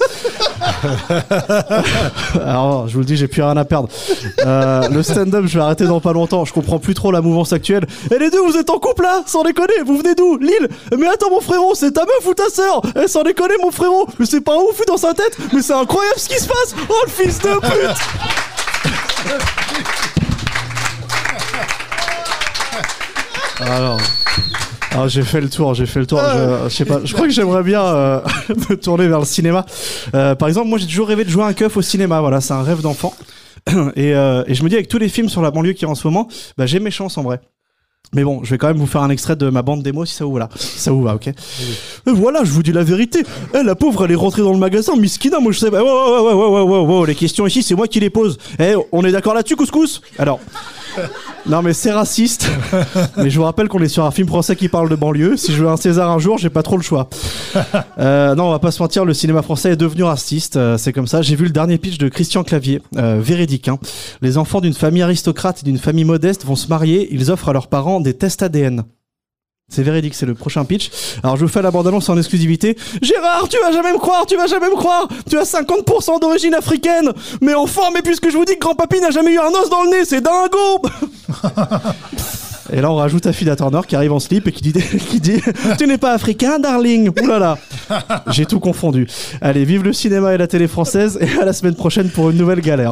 H: Alors, je vous le dis, j'ai plus rien à perdre. Euh, le stand-up, je vais arrêter dans pas longtemps. Je comprends plus trop la mouvance actuelle. Et les deux, vous êtes en couple là Sans déconner, vous venez d'où Lille Mais attends, mon frérot, c'est ta meuf ou ta sœur Eh, sans déconner, mon frérot Mais c'est pas un ouf dans sa tête Mais c'est incroyable ce qui se passe Oh, le fils de pute Alors. Alors, j'ai fait le tour, j'ai fait le tour. Je, je sais pas. Je crois que j'aimerais bien euh, me tourner vers le cinéma. Euh, par exemple, moi, j'ai toujours rêvé de jouer un keuf au cinéma. Voilà, c'est un rêve d'enfant. Et, euh, et je me dis avec tous les films sur la banlieue qui y a en ce moment, bah, j'ai mes chances en vrai. Mais bon, je vais quand même vous faire un extrait de ma bande démo si ça vous va. Si ça vous va, ok Et Voilà, je vous dis la vérité. Eh, la pauvre, elle est rentrée dans le magasin, Miskina, moi je sais. pas. Ouais, ouais, ouais, ouais, ouais, ouais, ouais, ouais, les questions ici, c'est moi qui les pose. Eh, on est d'accord là-dessus, couscous Alors. Non mais c'est raciste. Mais je vous rappelle qu'on est sur un film français qui parle de banlieue. Si je veux un César un jour, j'ai pas trop le choix. Euh, non, on va pas se mentir, le cinéma français est devenu raciste. euh, c'est comme ça. J'ai vu le dernier pitch de Christian Clavier, euh, véridique. hein. Les enfants d'une famille aristocrate et d'une famille modeste vont se marier. Ils offrent à leurs parents des tests ADN. C'est véridique, c'est le prochain pitch. Alors je vous fais la bande-annonce en exclusivité. Gérard, tu vas jamais me croire, tu vas jamais me croire Tu as 50% d'origine africaine Mais enfin, mais puisque je vous dis que grand-papy n'a jamais eu un os dans le nez, c'est dingo Et là, on rajoute Afida Turner qui arrive en slip et qui dit, qui dit Tu n'es pas africain, darling Ouh là là J'ai tout confondu. Allez, vive le cinéma et la télé française et à la semaine prochaine pour une nouvelle galère.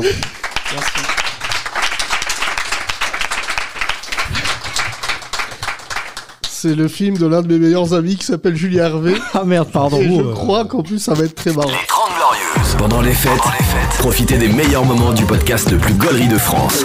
C: C'est le film de l'un de mes meilleurs amis qui s'appelle Julien Hervé.
H: Ah merde, pardon.
C: Et je
E: Ouh.
C: crois qu'en plus, ça va être très marrant.
E: Pendant les fêtes, profitez des meilleurs moments du podcast le plus gaulerie de France.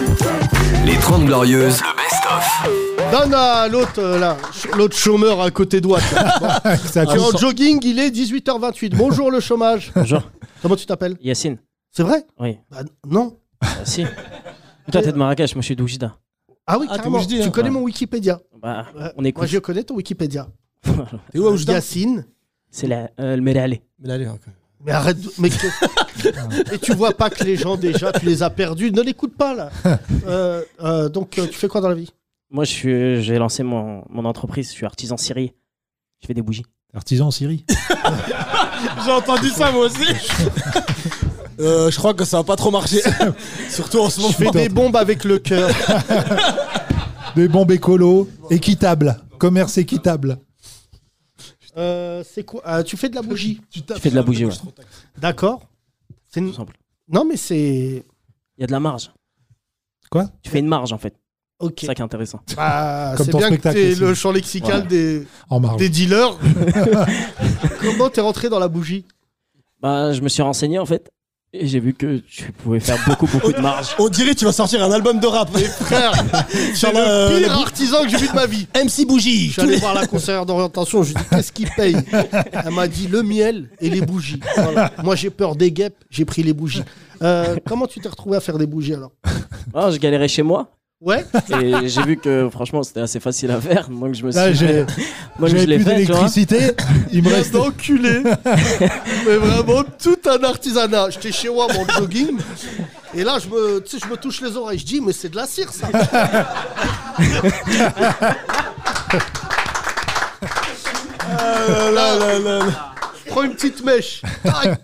E: Les 30 Glorieuses, le best-of.
C: Donne à l'autre, euh, là, ch- l'autre chômeur à côté droite. là. Bon.
D: Ça a
C: Tu es en
D: consent-
C: jogging, il est 18h28. Bonjour le chômage. Bonjour. Comment tu t'appelles
M: Yacine.
C: C'est vrai
M: Oui.
C: Bah, non.
M: Bah, si. Toi, t'es de Marrakech, moi, je suis d'Oujda.
C: Ah oui,
M: Ah, t'es
C: carrément.
M: Oujdi, hein.
C: Tu connais
M: Ouais.
C: mon Wikipédia.
M: Bah,
C: Ouais.
M: on écoute.
C: Moi, je connais ton Wikipédia.
M: T'es
C: où à Oujda Yacine.
M: C'est la, euh, le Meralé.
C: Mais arrête. de- Mais que- Et tu vois pas que les gens, déjà, tu les as perdus. Ne l'écoute pas, là. Euh, euh, donc, euh, tu fais quoi dans la vie
M: Moi, je suis- j'ai lancé mon, mon entreprise, je suis artisan scierie. Je fais des bougies.
D: Artisan en Syrie.
N: J'ai entendu ça moi aussi. Euh, je crois que ça va pas trop marcher. Surtout en ce moment.
D: Je fais des
C: bombes avec le cœur.
D: Des bombes écolo, équitable, commerce équitable.
C: Euh, c'est quoi Euh, Tu fais de la bougie Tu
M: fais de la bougie, ouais.
C: D'accord. C'est une- Non, mais c'est.
M: Il y a de la marge.
D: Quoi
M: Tu fais une marge, en fait.
C: Ok.
M: C'est ça qui est intéressant.
C: Bah, c'est bien que t'es le champ lexical
M: Voilà.
C: des,
D: En marge.
C: des dealers. Comment t'es rentré dans la bougie
M: Bah, je me suis renseigné, en fait. Et j'ai vu que tu pouvais faire beaucoup, beaucoup de marge.
N: On dirait que tu vas sortir un album de rap.
C: Mais frère,
N: c'est
C: le pire artisan que j'ai vu de ma vie.
N: MC Bougie.
C: Je suis allé voir la conseillère d'orientation, je lui ai dit qu'est-ce qu'il paye Elle m'a dit le miel et les bougies. Voilà. Moi j'ai peur des guêpes, j'ai pris les bougies. Euh, comment tu t'es retrouvé à faire des bougies alors
M: Ah, je galérais chez moi.
C: Ouais.
M: Et j'ai vu que franchement c'était assez facile à faire, donc je me suis.
D: Là, j'ai-
M: fait- donc, je
D: j'avais
M: l'ai
D: plus
M: fait, tu vois.
D: d'électricité. Il me reste.
C: enculé. Mais vraiment tout un artisanat. J'étais chez moi mon jogging et là je me, tu sais, je me touche les oreilles. Je dis mais c'est de la cire ça. Euh, là, là, là, là. Prends une petite mèche. Tac.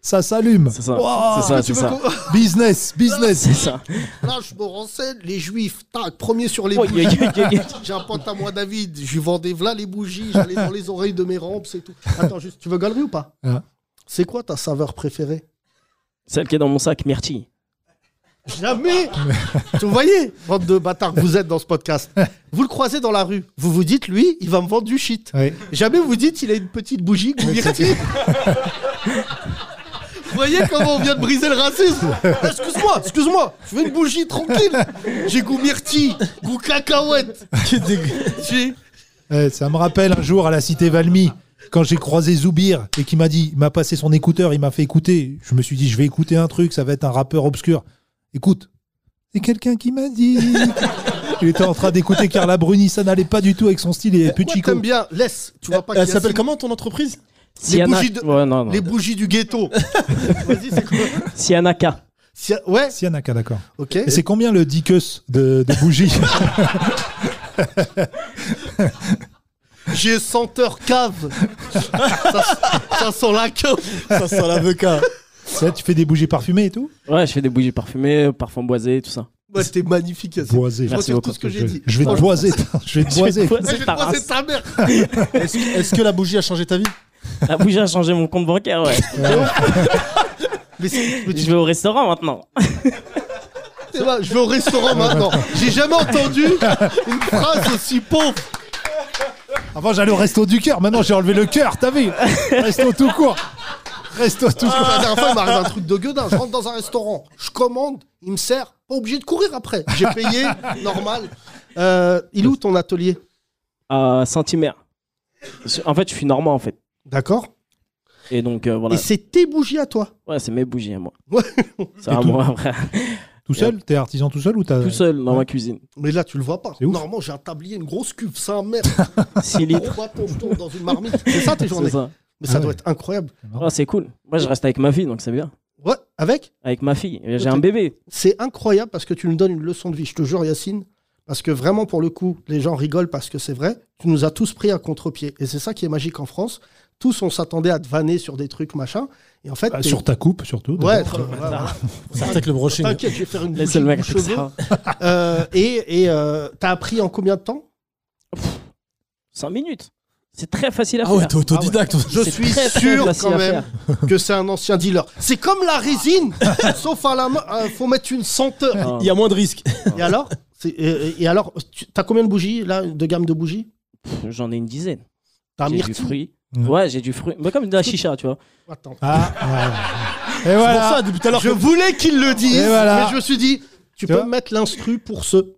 D: Ça s'allume.
M: C'est ça.
C: Wow,
M: c'est ça,
C: mais
M: c'est
C: tu
M: ça.
C: veux qu'on-
D: Business, business.
M: C'est ça.
C: Là, je me renseigne, les juifs, tac, premier sur les
M: Oh,
C: bougies.
M: yeah, yeah, yeah, yeah.
C: J'ai un pote à moi, David, je lui vendais là les bougies, j'allais dans les oreilles de mes rampes, c'est tout. Attends, juste, tu veux galerie ou pas
D: Ah.
C: C'est quoi ta saveur préférée
M: Celle qui est dans mon sac, myrtille.
C: Jamais Vous voyez, bande de bâtards que vous êtes dans ce podcast. Vous le croisez dans la rue, vous vous dites, lui, il va me vendre du shit.
D: Oui.
C: Jamais vous dites, il a une petite bougie que vous myrtille. Vous voyez comment on vient de briser le racisme Excuse-moi, excuse-moi, je veux une bougie tranquille. J'ai goût myrtille, goût cacahuète. J'ai-
D: Eh, ça me rappelle un jour à la cité Valmy, quand j'ai croisé Zoubir et qui m'a dit, il m'a passé son écouteur, il m'a fait écouter. Je me suis dit, je vais écouter un truc, ça va être un rappeur obscur. Écoute, c'est quelqu'un qui m'a dit. il était en train d'écouter Carla Bruni, ça n'allait pas du tout avec son style et
C: Moi,
D: Puchico.
C: t'aimes bien, laisse. Tu vois pas
N: Elle
C: qu'il y a
N: s'appelle
C: six-
N: comment ton entreprise
C: les,
M: Siana-
C: bougies de-
M: Ouais, non, non.
C: les bougies du ghetto.
M: Sianaka.
C: Si- Ouais.
D: Sianaka, d'accord.
C: Ok.
D: Et c'est combien le dicus de, de bougies
C: J'ai senteur cave. ça, ça sent la cave.
N: Ça sent l'avocat.
D: Ça, tu fais des bougies parfumées et tout
M: Ouais, je fais des bougies parfumées, euh, parfums boisés, tout ça.
C: Ouais, c'était magnifique. Yacine.
D: Boisé.
C: Je
M: Merci
C: retire
M: beaucoup.
C: tout ce que
M: Je
C: j'ai
M: vais-
C: dit.
D: Je vais te
C: Franchement,
D: boiser. putain, Je vais te boiser.
C: Eh, Je vais te
M: ta
C: boiser
M: race.
C: ta mère.
N: Est-ce que, est-ce que la bougie a changé ta vie
M: La bougie a changé mon compte bancaire, ouais.
C: Mais c'est- mais tu-
M: Je vais au restaurant maintenant.
C: C'est vrai, Je vais au restaurant maintenant. J'ai jamais entendu une phrase aussi pauvre.
D: Avant, j'allais au resto du cœur. Maintenant, j'ai enlevé le cœur. T'as vu Resto tout court. Resto tout
C: Parce que Ah, la
D: court.
C: dernière fois, il m'arrive un truc de gueudin. Je rentre dans un restaurant, je commande, il me sert. Pas obligé de courir après. J'ai payé, normal. Euh, il est où ton atelier
M: À Saint-Himer. En fait, je suis normand, en fait.
C: D'accord.
M: Et donc, euh, voilà.
C: Et c'est tes bougies à toi.
M: Ouais, c'est mes bougies à moi.
C: Ouais.
M: C'est à
D: Et tout-
M: moi, après.
D: Tout seul T'es artisan tout seul ou t'as
M: Tout seul, dans ma cuisine.
C: Euh, Mais là, tu le vois pas.
D: ouf.
C: Normalement, j'ai un tablier, une grosse cuve, c'est un merde.
M: 6 litres.
C: Trois tourne dans une marmite. C'est ça tes journées.
M: C'est ça.
C: Mais ça
D: Ah
C: doit
D: ouais.
C: être incroyable.
M: Ah, c'est cool. Moi, je reste avec ma fille, donc c'est bien.
C: Ouais, avec
M: Avec ma fille. J'ai un bébé.
C: C'est incroyable parce que tu nous donnes une leçon de vie. Je te jure, Yacine. Parce que vraiment, pour le coup, les gens rigolent parce que c'est vrai. Tu nous as tous pris à contre-pied. Et c'est ça qui est magique en France. Tous, on s'attendait à te vanner sur des trucs, machin. Et Et en fait,
D: Bah,
C: t'es-
D: sur ta coupe, surtout.
C: Ouais,
D: d'abord.
C: Ça
D: T'inquiète, le brushing.
C: T'inquiète, je vais faire une
D: La
C: bougie
D: seule
C: de
D: mec avec
C: cheveux. Euh, et et euh, t'as appris en combien de temps
M: 5 minutes. C'est très facile à
C: Ah
M: faire.
C: ouais, t'es autodidacte. Je
M: C'est
C: suis
M: très, très
C: sûr
M: facile
C: quand
M: à
C: même
M: faire.
C: que c'est un ancien dealer. C'est comme la résine, sauf à la main, euh, faut mettre une senteur.
M: Ah.
N: Il y a moins de risques.
C: Et alors C'est- et, et alors, tu- t'as combien de bougies là, de gamme de bougies
M: Pff, J'en ai une dizaine.
C: T'as un
M: J'ai du
C: myrtille
M: fruit. Ouais, j'ai du fruit. Mais comme de la chicha, tu vois.
C: Attends.
D: Et
M: voilà.
C: C'est pour ça, depuis tout à l'heure, je voulais qu'il le dise,
M: Et voilà.
C: mais je me suis dit, tu, peux mettre l'instru pour ce.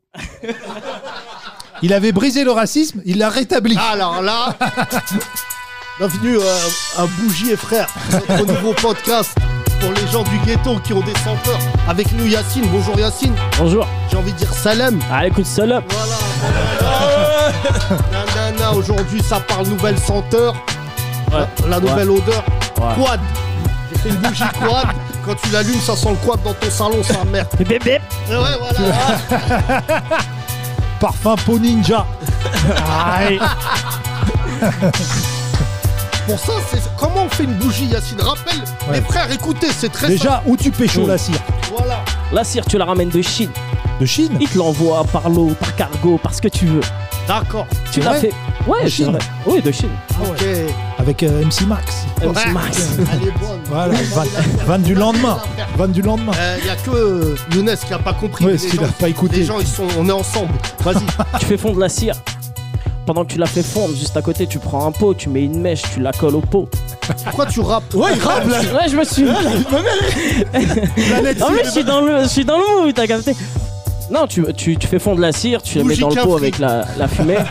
D: Il avait brisé le racisme, il l'a rétabli.
C: Ah, Alors là, bienvenue euh, à, à Bougie et Frères, notre nouveau podcast pour les gens du ghetto qui ont des senteurs. Avec nous Yacine, bonjour Yacine.
M: Bonjour.
C: J'ai envie de dire salam.
M: Ah, écoute, salam.
C: Voilà. Nanana, aujourd'hui ça parle nouvelle senteur, la, la nouvelle
M: Ouais.
C: odeur.
M: Ouais.
C: Quad. J'ai fait une bougie quad. Quand tu l'allumes, ça sent le quad dans ton salon, sa mère.
M: Bip bip.
C: Ouais, voilà.
D: Parfum peau ninja.
C: Aïe. Pour ça, c'est comment on fait une bougie, Yacine Rappelle,
M: Ouais.
C: les frères, écoutez, c'est très
M: Déjà,
C: simple.
D: où tu
M: pécho la
D: cire
C: Voilà.
M: La cire, tu la ramènes de Chine.
D: De Chine
M: Ils te l'envoient par l'eau, par cargo, par ce que tu veux.
C: D'accord.
M: Tu
D: C'est
M: l'as
D: vrai
M: fait.
D: De
M: Ouais, c'est
D: Chine
M: vrai. Oui, de Chine.
C: Ok.
D: Avec euh, MC Max.
M: MC Max.
C: Elle est bonne.
D: Voilà, van, van du lendemain. Van du lendemain.
C: Il n'y a que euh, Younes qui a pas compris.
D: Ouais,
C: Les
D: s'il
C: gens-
D: a pas écouté.
C: Les gens, ils sont, on est ensemble. Vas-y.
M: tu fais fondre la cire. Pendant que tu la fais fondre, juste à côté, tu prends un pot, tu mets une mèche, tu la colles au pot.
C: Pourquoi tu rappes
M: Ouais,
C: il rappe, là.
M: Ouais, je me suis.
C: Ouais, là, ma
M: Non, mais je suis dans le, je suis dans le mood, t'as capté. Non, tu, tu, tu fais fondre la cire, tu la mets
D: Bougie
M: dans le
D: qu'un
M: pot
D: fric.
M: avec la, la fumée.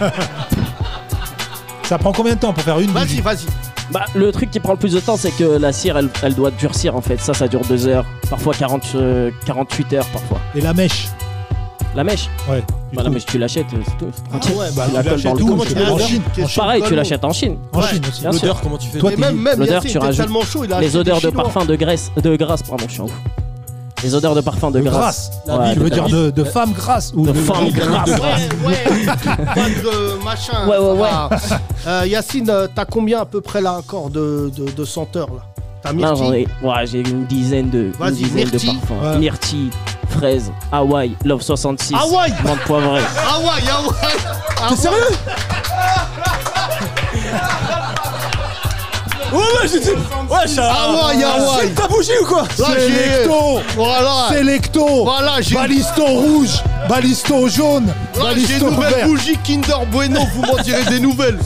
D: Ça prend combien de temps pour faire une
C: Vas-y, vas-y.
M: Bah, le truc qui prend le plus de temps, c'est que la cire, elle, elle doit durcir en fait. Ça, ça dure 2 heures, parfois 40, euh, 48 heures, parfois.
D: Et la mèche
M: La mèche
D: Ouais.
M: Bah, la mèche, tu l'achètes, euh, c'est tout. c'est tranquille.
D: ouais, bah,
M: tu la
D: tu
M: colles dans le
D: l'achètes
M: pot.
D: où Comment tu l'achètes En Chine, en Chine.
M: Pareil,
D: Colles
M: tu
D: où
M: l'achètes en Chine.
D: En Chine aussi.
M: bien sûr.
D: L'odeur, comment tu fais Toi,
M: Et
D: t'es- même,
M: l'odeur,
D: Yacine,
M: tu
D: t'es
M: rajoutes.
D: tellement chaud, il a
M: Les
D: acheté
M: odeurs
D: des
M: de
D: Chinois.
M: parfum de graisse, de grasse, pardon, je suis en ouf. Les odeurs de parfum de,
D: De
M: grasse.
D: grasse. La bile, tu veux dire de, de femme grasse ou
M: De femme grasse.
C: Ouais, ouais. Pas de euh, machin.
M: Ouais, ouais, ouais.
C: ça va. Euh, Yacine, euh, t'as combien à peu près là encore de, de, de senteurs là T'as
M: Non, Ah, j'en
C: myrtille
M: ai, ouais, j'ai une dizaine de, une
C: Vas-y,
M: dizaine de
C: myrtille.
M: parfums.
C: Ouais.
M: Myrtille, fraise, Hawaï, Love 66,
C: Hawaï
M: menthe poivrée.
C: Ah ouais, ah ouais. T'es sérieux
N: Ouais, ouais, j'ai dit. Ouais, ça.
C: Ah ouais, ah ouais.
N: C'est ta bougie ou quoi
C: Là, j'ai-
D: Sélecto
C: Voilà.
D: Sélecto
C: Voilà, j'ai-
D: Balisto rouge Balisto jaune
C: Là, j'ai une
D: Balisto
C: nouvelle
D: vert
C: bougie Kinder Bueno, vous m'en direz des nouvelles.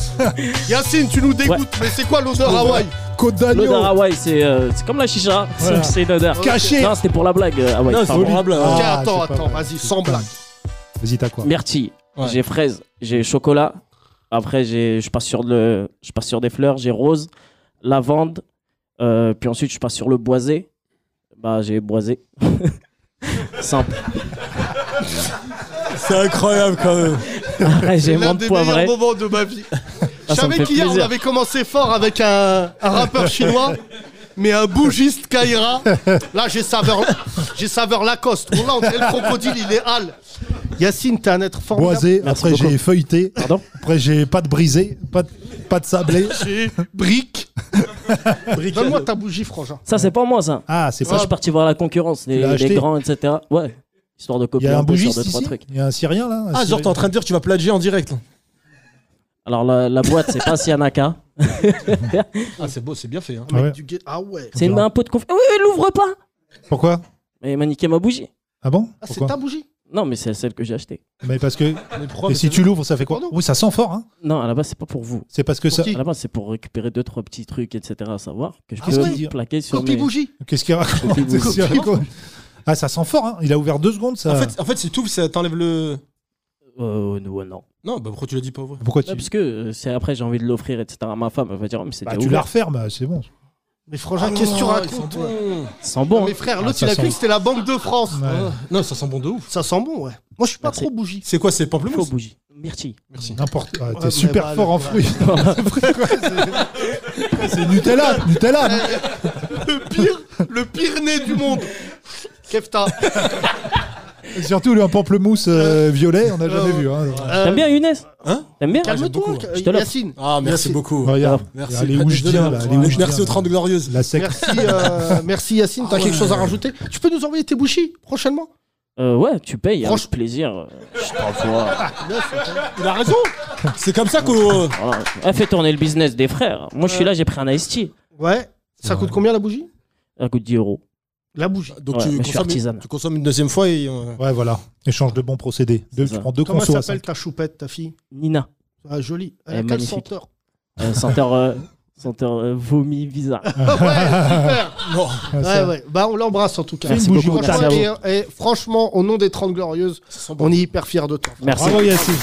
C: Yacine, tu nous dégoûtes, mais c'est quoi l'odeur Hawaï
D: Côte
C: d'agneau.
M: L'odeur Hawaï, c'est euh, c'est comme la chicha, sauf
C: Voilà.
M: que c'est une odeur.
C: Caché.
M: Non, c'était pour la blague, euh, Hawaï.
C: Non, c'est
M: pardon.
C: pour la blague. Ah, Tiens, attends, c'est pas attends, vrai. vas-y, sans blague.
D: hein. Vas-y, t'as quoi
M: Myrtille,
D: Ouais.
M: j'ai fraise, j'ai chocolat. Après, j'ai- je passe sur le, je passe sur des fleurs. J'ai rose, lavande. euh, puis ensuite, je passe sur le boisé. Bah, j'ai boisé. Simple.
N: C'est incroyable quand même.
M: Après, j'ai
C: C'est l'un
M: menthe
C: des
M: poivrée.
C: meilleurs moments de ma vie.
M: Ah,
C: Je
M: ça me
C: savais
M: fait
C: qu'hier, on
M: plaisir.
C: avait commencé fort avec un, un rappeur chinois, mais un bougiste Kaira. Là, j'ai saveur, j'ai saveur Lacoste. Bon, là, on dirait le crocodile, il est hal. Yacine, t'es un être formidable.
D: Boisé, après j'ai feuilleté. Après j'ai pas de brisé, pas de, pas de sablé.
C: J'ai brique. Donne-moi ta bougie, frangin.
M: Ça, c'est pas moi, ça.
D: Ah, c'est
M: Ça,
D: pas-
M: je suis parti voir la concurrence,
D: l'as
M: les, les
D: acheté
M: grands, etc. Ouais. Histoire de
D: Il
M: copier
D: y a un
M: peu sur
D: bougiste
M: deux, trois
D: ici
M: trucs.
D: Il y a un Syrien là un
N: Ah, genre,
D: Syrien.
N: t'es en train de dire que tu vas plagier en direct.
M: Alors, la, la boîte, c'est pas Sianaka.
N: Ah, c'est beau, c'est bien fait. Hein.
D: Ah ouais.
C: Du gai- Ah ouais.
M: C'est une- un pot de conf. Oui, oui, l'ouvre pas
D: Pourquoi
M: Mais il m'a niqué ma bougie.
D: Ah bon
C: Ah, c'est
D: Pourquoi
C: ta bougie
M: Non, mais c'est celle que j'ai achetée.
D: Mais parce que.
M: pourquoi
D: Et si tu l'ouvres, ça fait quoi Oui, ça sent fort. Hein.
M: Non, à la base, c'est pas pour vous.
D: C'est parce que ça.
M: À la base, c'est pour récupérer deux, trois petits trucs, etc. à savoir que je
C: Ah,
D: Qu'est-ce
M: peux
D: qu'il dit
M: plaquer sur mes...
D: Qu'est-ce qu'il raconte
M: Copie bougie.
D: c'est Syrien, quoi. Ah, ça sent fort. Hein. Il a ouvert deux secondes. Ça...
N: En fait, en fait si tu ouvres, ça t'enlève le.
M: Euh, ouais, non.
N: Non, bah pourquoi tu l'as dit pas au vrai
D: Pourquoi
M: Ouais, Parce que euh, c'est après, j'ai envie de l'offrir, etc. à ma femme. Elle va dire, oh, mais c'était
D: Bah, tu
M: ouvert.
D: la refermes, c'est bon.
C: Mais frangin,
N: Ah
C: qu'est-ce que tu
N: non, ils
C: racontes
N: sont bons.
M: Ça sent bon.
C: Mais
M: hein.
C: frère,
N: Ah,
C: l'autre,
N: ça
C: il a
N: sent
C: cru que
N: bon.
C: c'était la Banque de France.
N: Ah, Non, ça sent bon de ouf.
C: Ça sent bon, ouais. Moi, je suis pas trop bougie.
N: C'est quoi, c'est pamplemousse
M: Faux bougie. Myrtille.
N: Merci.
D: N'importe. Ah, t'es
C: Ouais,
D: super
C: mais bah,
D: fort en
C: bah,
D: fruits. c'est Nutella, Nutella. non
C: Euh, Le pire, le pire nez du monde. Kefta.
G: Surtout le pamplemousse euh, violet, on n'a
C: euh,
G: jamais vu. hein.
M: T'aimes bien Younes
D: Hein
M: T'aimes bien
C: Calme-toi,
M: Je te l'offre.
C: Yacine.
D: Ah, merci, beaucoup.
G: Regarde,
D: Merci.
G: regarde les
D: Patrick
G: houches
D: Dedeler.
G: bien, là, les houches
D: Merci
G: bien,
D: aux 30 glorieuses.
G: La sec.
C: Merci, euh, merci Yacine, t'as
D: Ah ouais.
C: quelque chose à rajouter Tu peux nous envoyer tes bouchis prochainement
M: Euh, ouais, tu payes, avec plaisir. Je t'envoie.
D: Il a raison. C'est comme ça qu'on. euh,
M: Ah, fais tourner le business des frères. Moi, je suis là, j'ai pris un iced tea.
C: Ouais. Ça coûte combien la bougie
M: Ça coûte 10 euros.
C: La bougie.
D: Ah, Donc
M: Ouais,
D: tu,
M: mais je suis
D: consommes
M: artisan.
D: une, tu consommes une deuxième fois et. euh,
G: Ouais, voilà. Échange de bons procédés. Deux, tu prends deux
C: Comment
G: consos. à
C: s'appelle ta choupette, ta fille
M: Nina.
C: Ah, jolie. Elle
M: Elle
C: a
M: est
C: quel
M: Eh, magnifique.
C: senteur
M: Euh, senteur euh, senteur, euh, vomi bizarre.
C: Ah ouais,
M: Ah,
C: super.
M: ça.
C: Ouais, ouais. Bah, on l'embrasse en tout cas.
M: Merci beaucoup,
C: Franchement,
M: merci à vous.
C: hein. et, et franchement, au nom des 30 Glorieuses, on est hyper fiers de toi.
M: Merci.
C: Bravo, Yacine.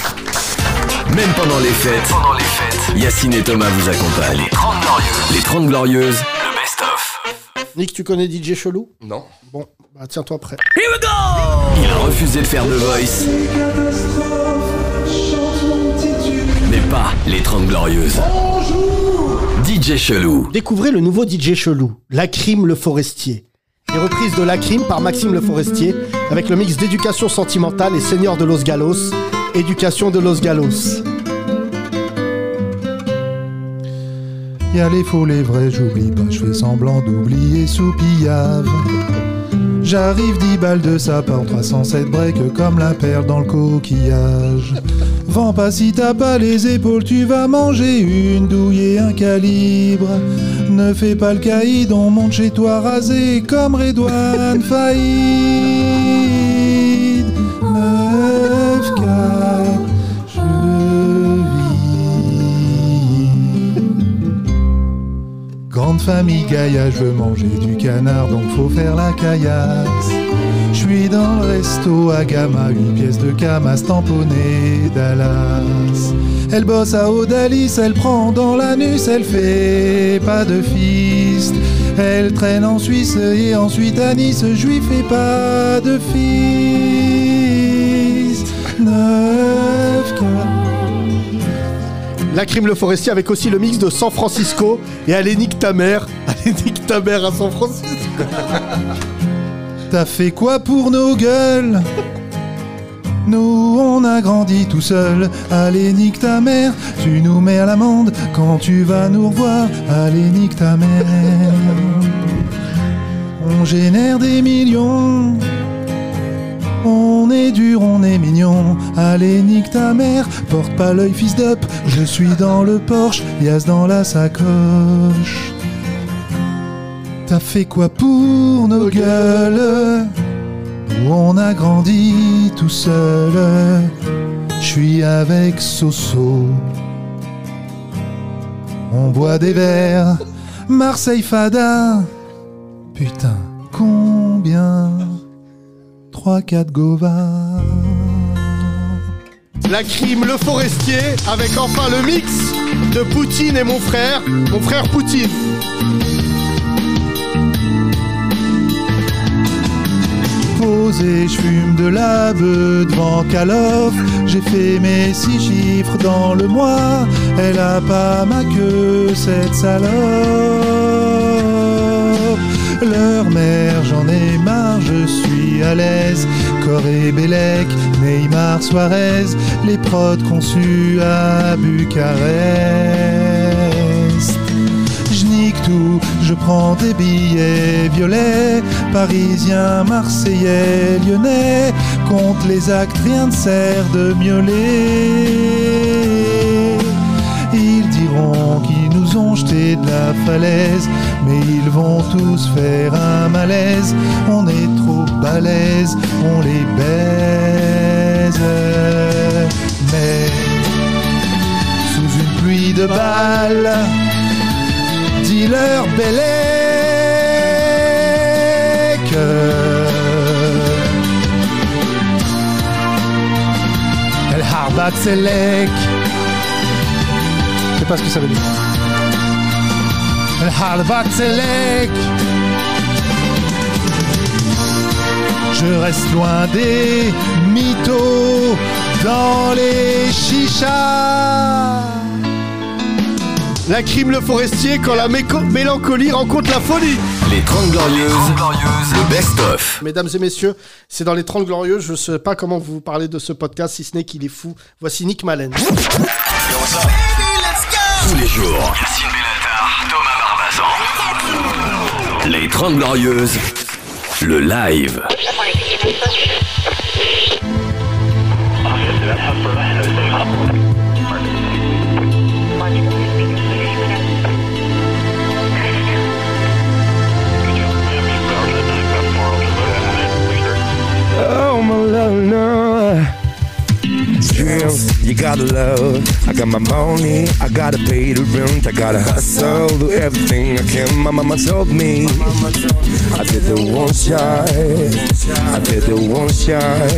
E: Même pendant les fêtes, pendant les fêtes, Yacine et Thomas vous accompagnent. Les 30 Glorieuses. Les 30 Glorieuses, le best-of.
C: Nick, tu connais DJ Chelou
E: Non.
C: Bon, bah, tiens-toi prêt.
E: Il a refusé de faire de voice, mais pas les 30 Glorieuses. DJ Chelou.
C: Découvrez le nouveau DJ Chelou, Lacrim le Forestier. Les reprises de Lacrim par Maxime le Forestier, avec le mix d'éducation sentimentale et Seigneur de Los Galos, éducation de Los Galos.
G: Il y a les faux, les vrais, j'oublie pas, je fais semblant d'oublier soupillave. J'arrive 10 balles de sapin, 307 break comme la perle dans le coquillage. Vends pas si t'as pas les épaules, tu vas manger une douille et un calibre. Ne fais pas le caïd, on monte chez toi rasé comme Redouane Faïd. 9 Grande famille Gaïa, je veux manger du canard, donc faut faire la caillasse. Je suis dans le resto à Gama, une pièce de camas tamponnée d'Alas. Elle bosse à Odalis, elle prend dans l'anus, elle fait pas de fist. Elle traîne en Suisse et ensuite à Nice, juif et pas de fist. Neuf
C: Lacrim le Forestier avec aussi le mix de San Francisco et Allez nique ta mère, Allez nique ta mère à San Francisco.
G: T'as fait quoi pour nos gueules Nous, on a grandi tout seul. Allez, nique ta mère, tu nous mets à l'amende quand tu vas nous revoir. Allez, nique ta mère. On génère des millions. On est dur, on est mignon. Allez, nique ta mère, porte pas l'œil, fils d'up. Je suis dans le Porsche, Yas dans la sacoche. T'as fait quoi pour nos gueules Où on a grandi tout seul Je suis avec Soso On boit des verres Marseille Fada Putain, combien 3-4 Gova
C: Lacrim le Forestier avec enfin le mix de Poutine et mon frère, mon frère Poutine.
G: posé, je fume de la beuh devant Calof. J'ai fait mes six chiffres dans le mois. Elle a pas ma queue, cette salope. Leur mère, j'en ai marre, je suis à l'aise. Corée Bellec, Neymar Suarez, les prods conçus à Bucarest. Je nique tout, je prends des billets violets, parisiens, marseillais, lyonnais, compte les actes, rien ne sert de miauler. Ils diront qu'ils nous ont jeté de la falaise, mais ils vont tous faire un malaise, on est trop balèze, on les baise. Mais sous une pluie de balles, dealer Bellec. El Harbat Selek. Je sais pas ce que ça veut dire. El Harbat Selek. Je reste loin des mythos dans les chichas.
C: Lacrim le Forestier quand la méco- mélancolie rencontre la folie.
E: Les 30 Glorieuses, le best-of.
C: Mesdames et messieurs, c'est dans les 30 glorieux. Je ne sais pas comment vous parler de ce podcast, si ce n'est qu'il est fou. Voici Nick Malen.
E: Tous les jours. Yacine Bellatar, Thomas Barbazan. Les 30 Glorieuses, le live.
O: Oh, my love, no. Jim, you gotta love. I got my money, I gotta pay the rent, I gotta hustle, do everything I can. My mama told me I did the one shot, I did the one shot.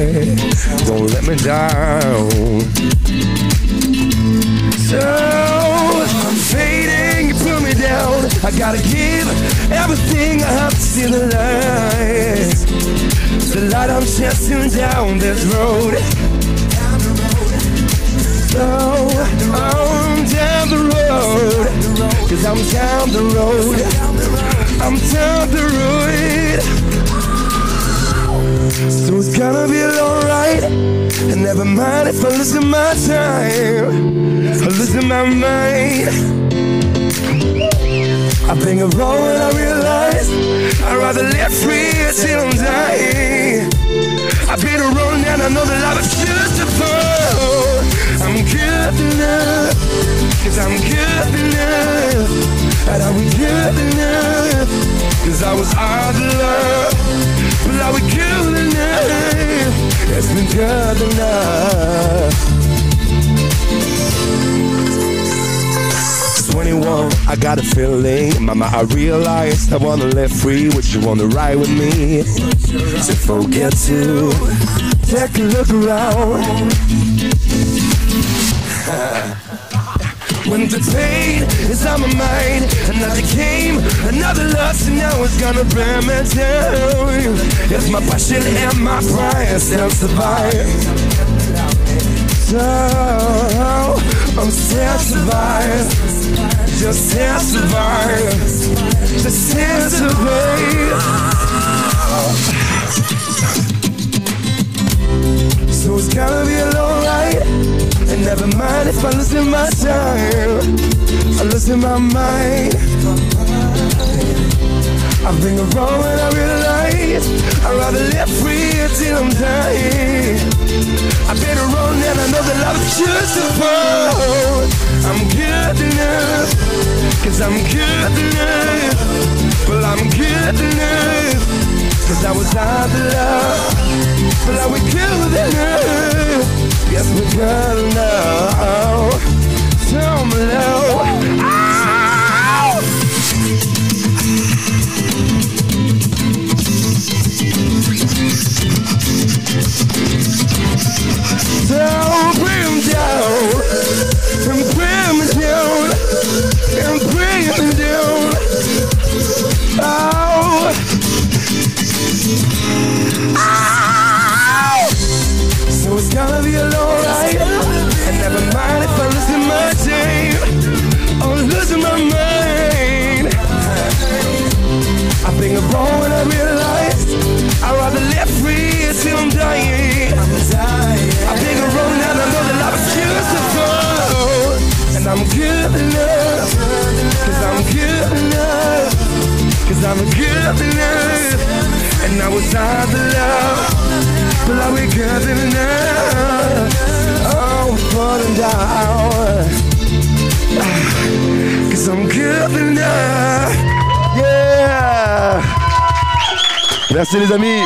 O: Don't let me down. So I'm fading, you put me down. I gotta give everything I have to see the light. The light I'm chasing down this road. So I'm down the road, cause I'm down the road. I'm down the road. So it's gonna be alright. And never mind if I lose my time, I lose my mind. I think I'm wrong when I realize I'd rather live free till I'm dying. I've been around and I know that I was just a fool. I'm good enough, cause I'm good enough. And I was good enough, cause I was out of love. But I was good enough, it's been good enough. 21, I got a feeling. Mama, I realized I wanna live free. Would you wanna ride with me? To forget to take a look around. When the pain is on my mind, another game, another lust, and now it's gonna burn me down. It's my passion and my pride, still survive. So I'm still survive, just still survive, just still survive. So it's gonna be alright, and never mind if I lose my time, I lose my mind. I've been wrong when I realize I'd rather live free till I'm dying. I've been around and I know that love is just a phone. I'm good enough, cause I'm good enough. Well, I'm good enough, cause I was out of love. But I was good enough, yes, we're good enough. So I'm low. down, bring down, and bring down, and bring down. Ow. Ow. So it's gonna be a long ride, and never mind if I lose my time, I'm losing my mind. I think I'm wrong when I realize I'd rather live free till I'm dying. I think I'm wrong now, I know that I was beautiful. And I'm good enough, cause I'm good enough, cause I'm good enough. And I was out of love, but I was good enough. Oh, I'm falling down, cause I'm good enough. Yeah!
E: Merci les amis.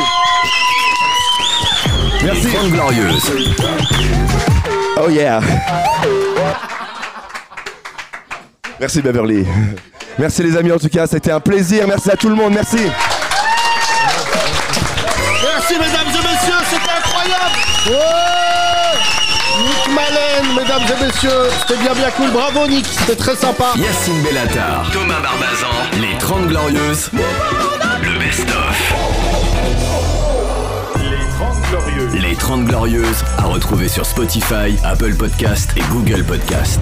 E: Merci. Les 30 Glorieuses.
O: Oh yeah.
E: Merci Beverly.
O: Merci les amis en tout cas, c'était un plaisir. Merci à tout le monde, merci.
C: Merci mesdames et messieurs, c'était incroyable Ouais Nick Malen, mesdames et messieurs, c'était bien bien cool, bravo Nick, c'était très sympa
E: Yacine Bellatar, Thomas Barbazan, les 30 Glorieuses, le best-of. Les 30 Glorieuses, à retrouver sur Spotify, Apple Podcast et Google Podcast.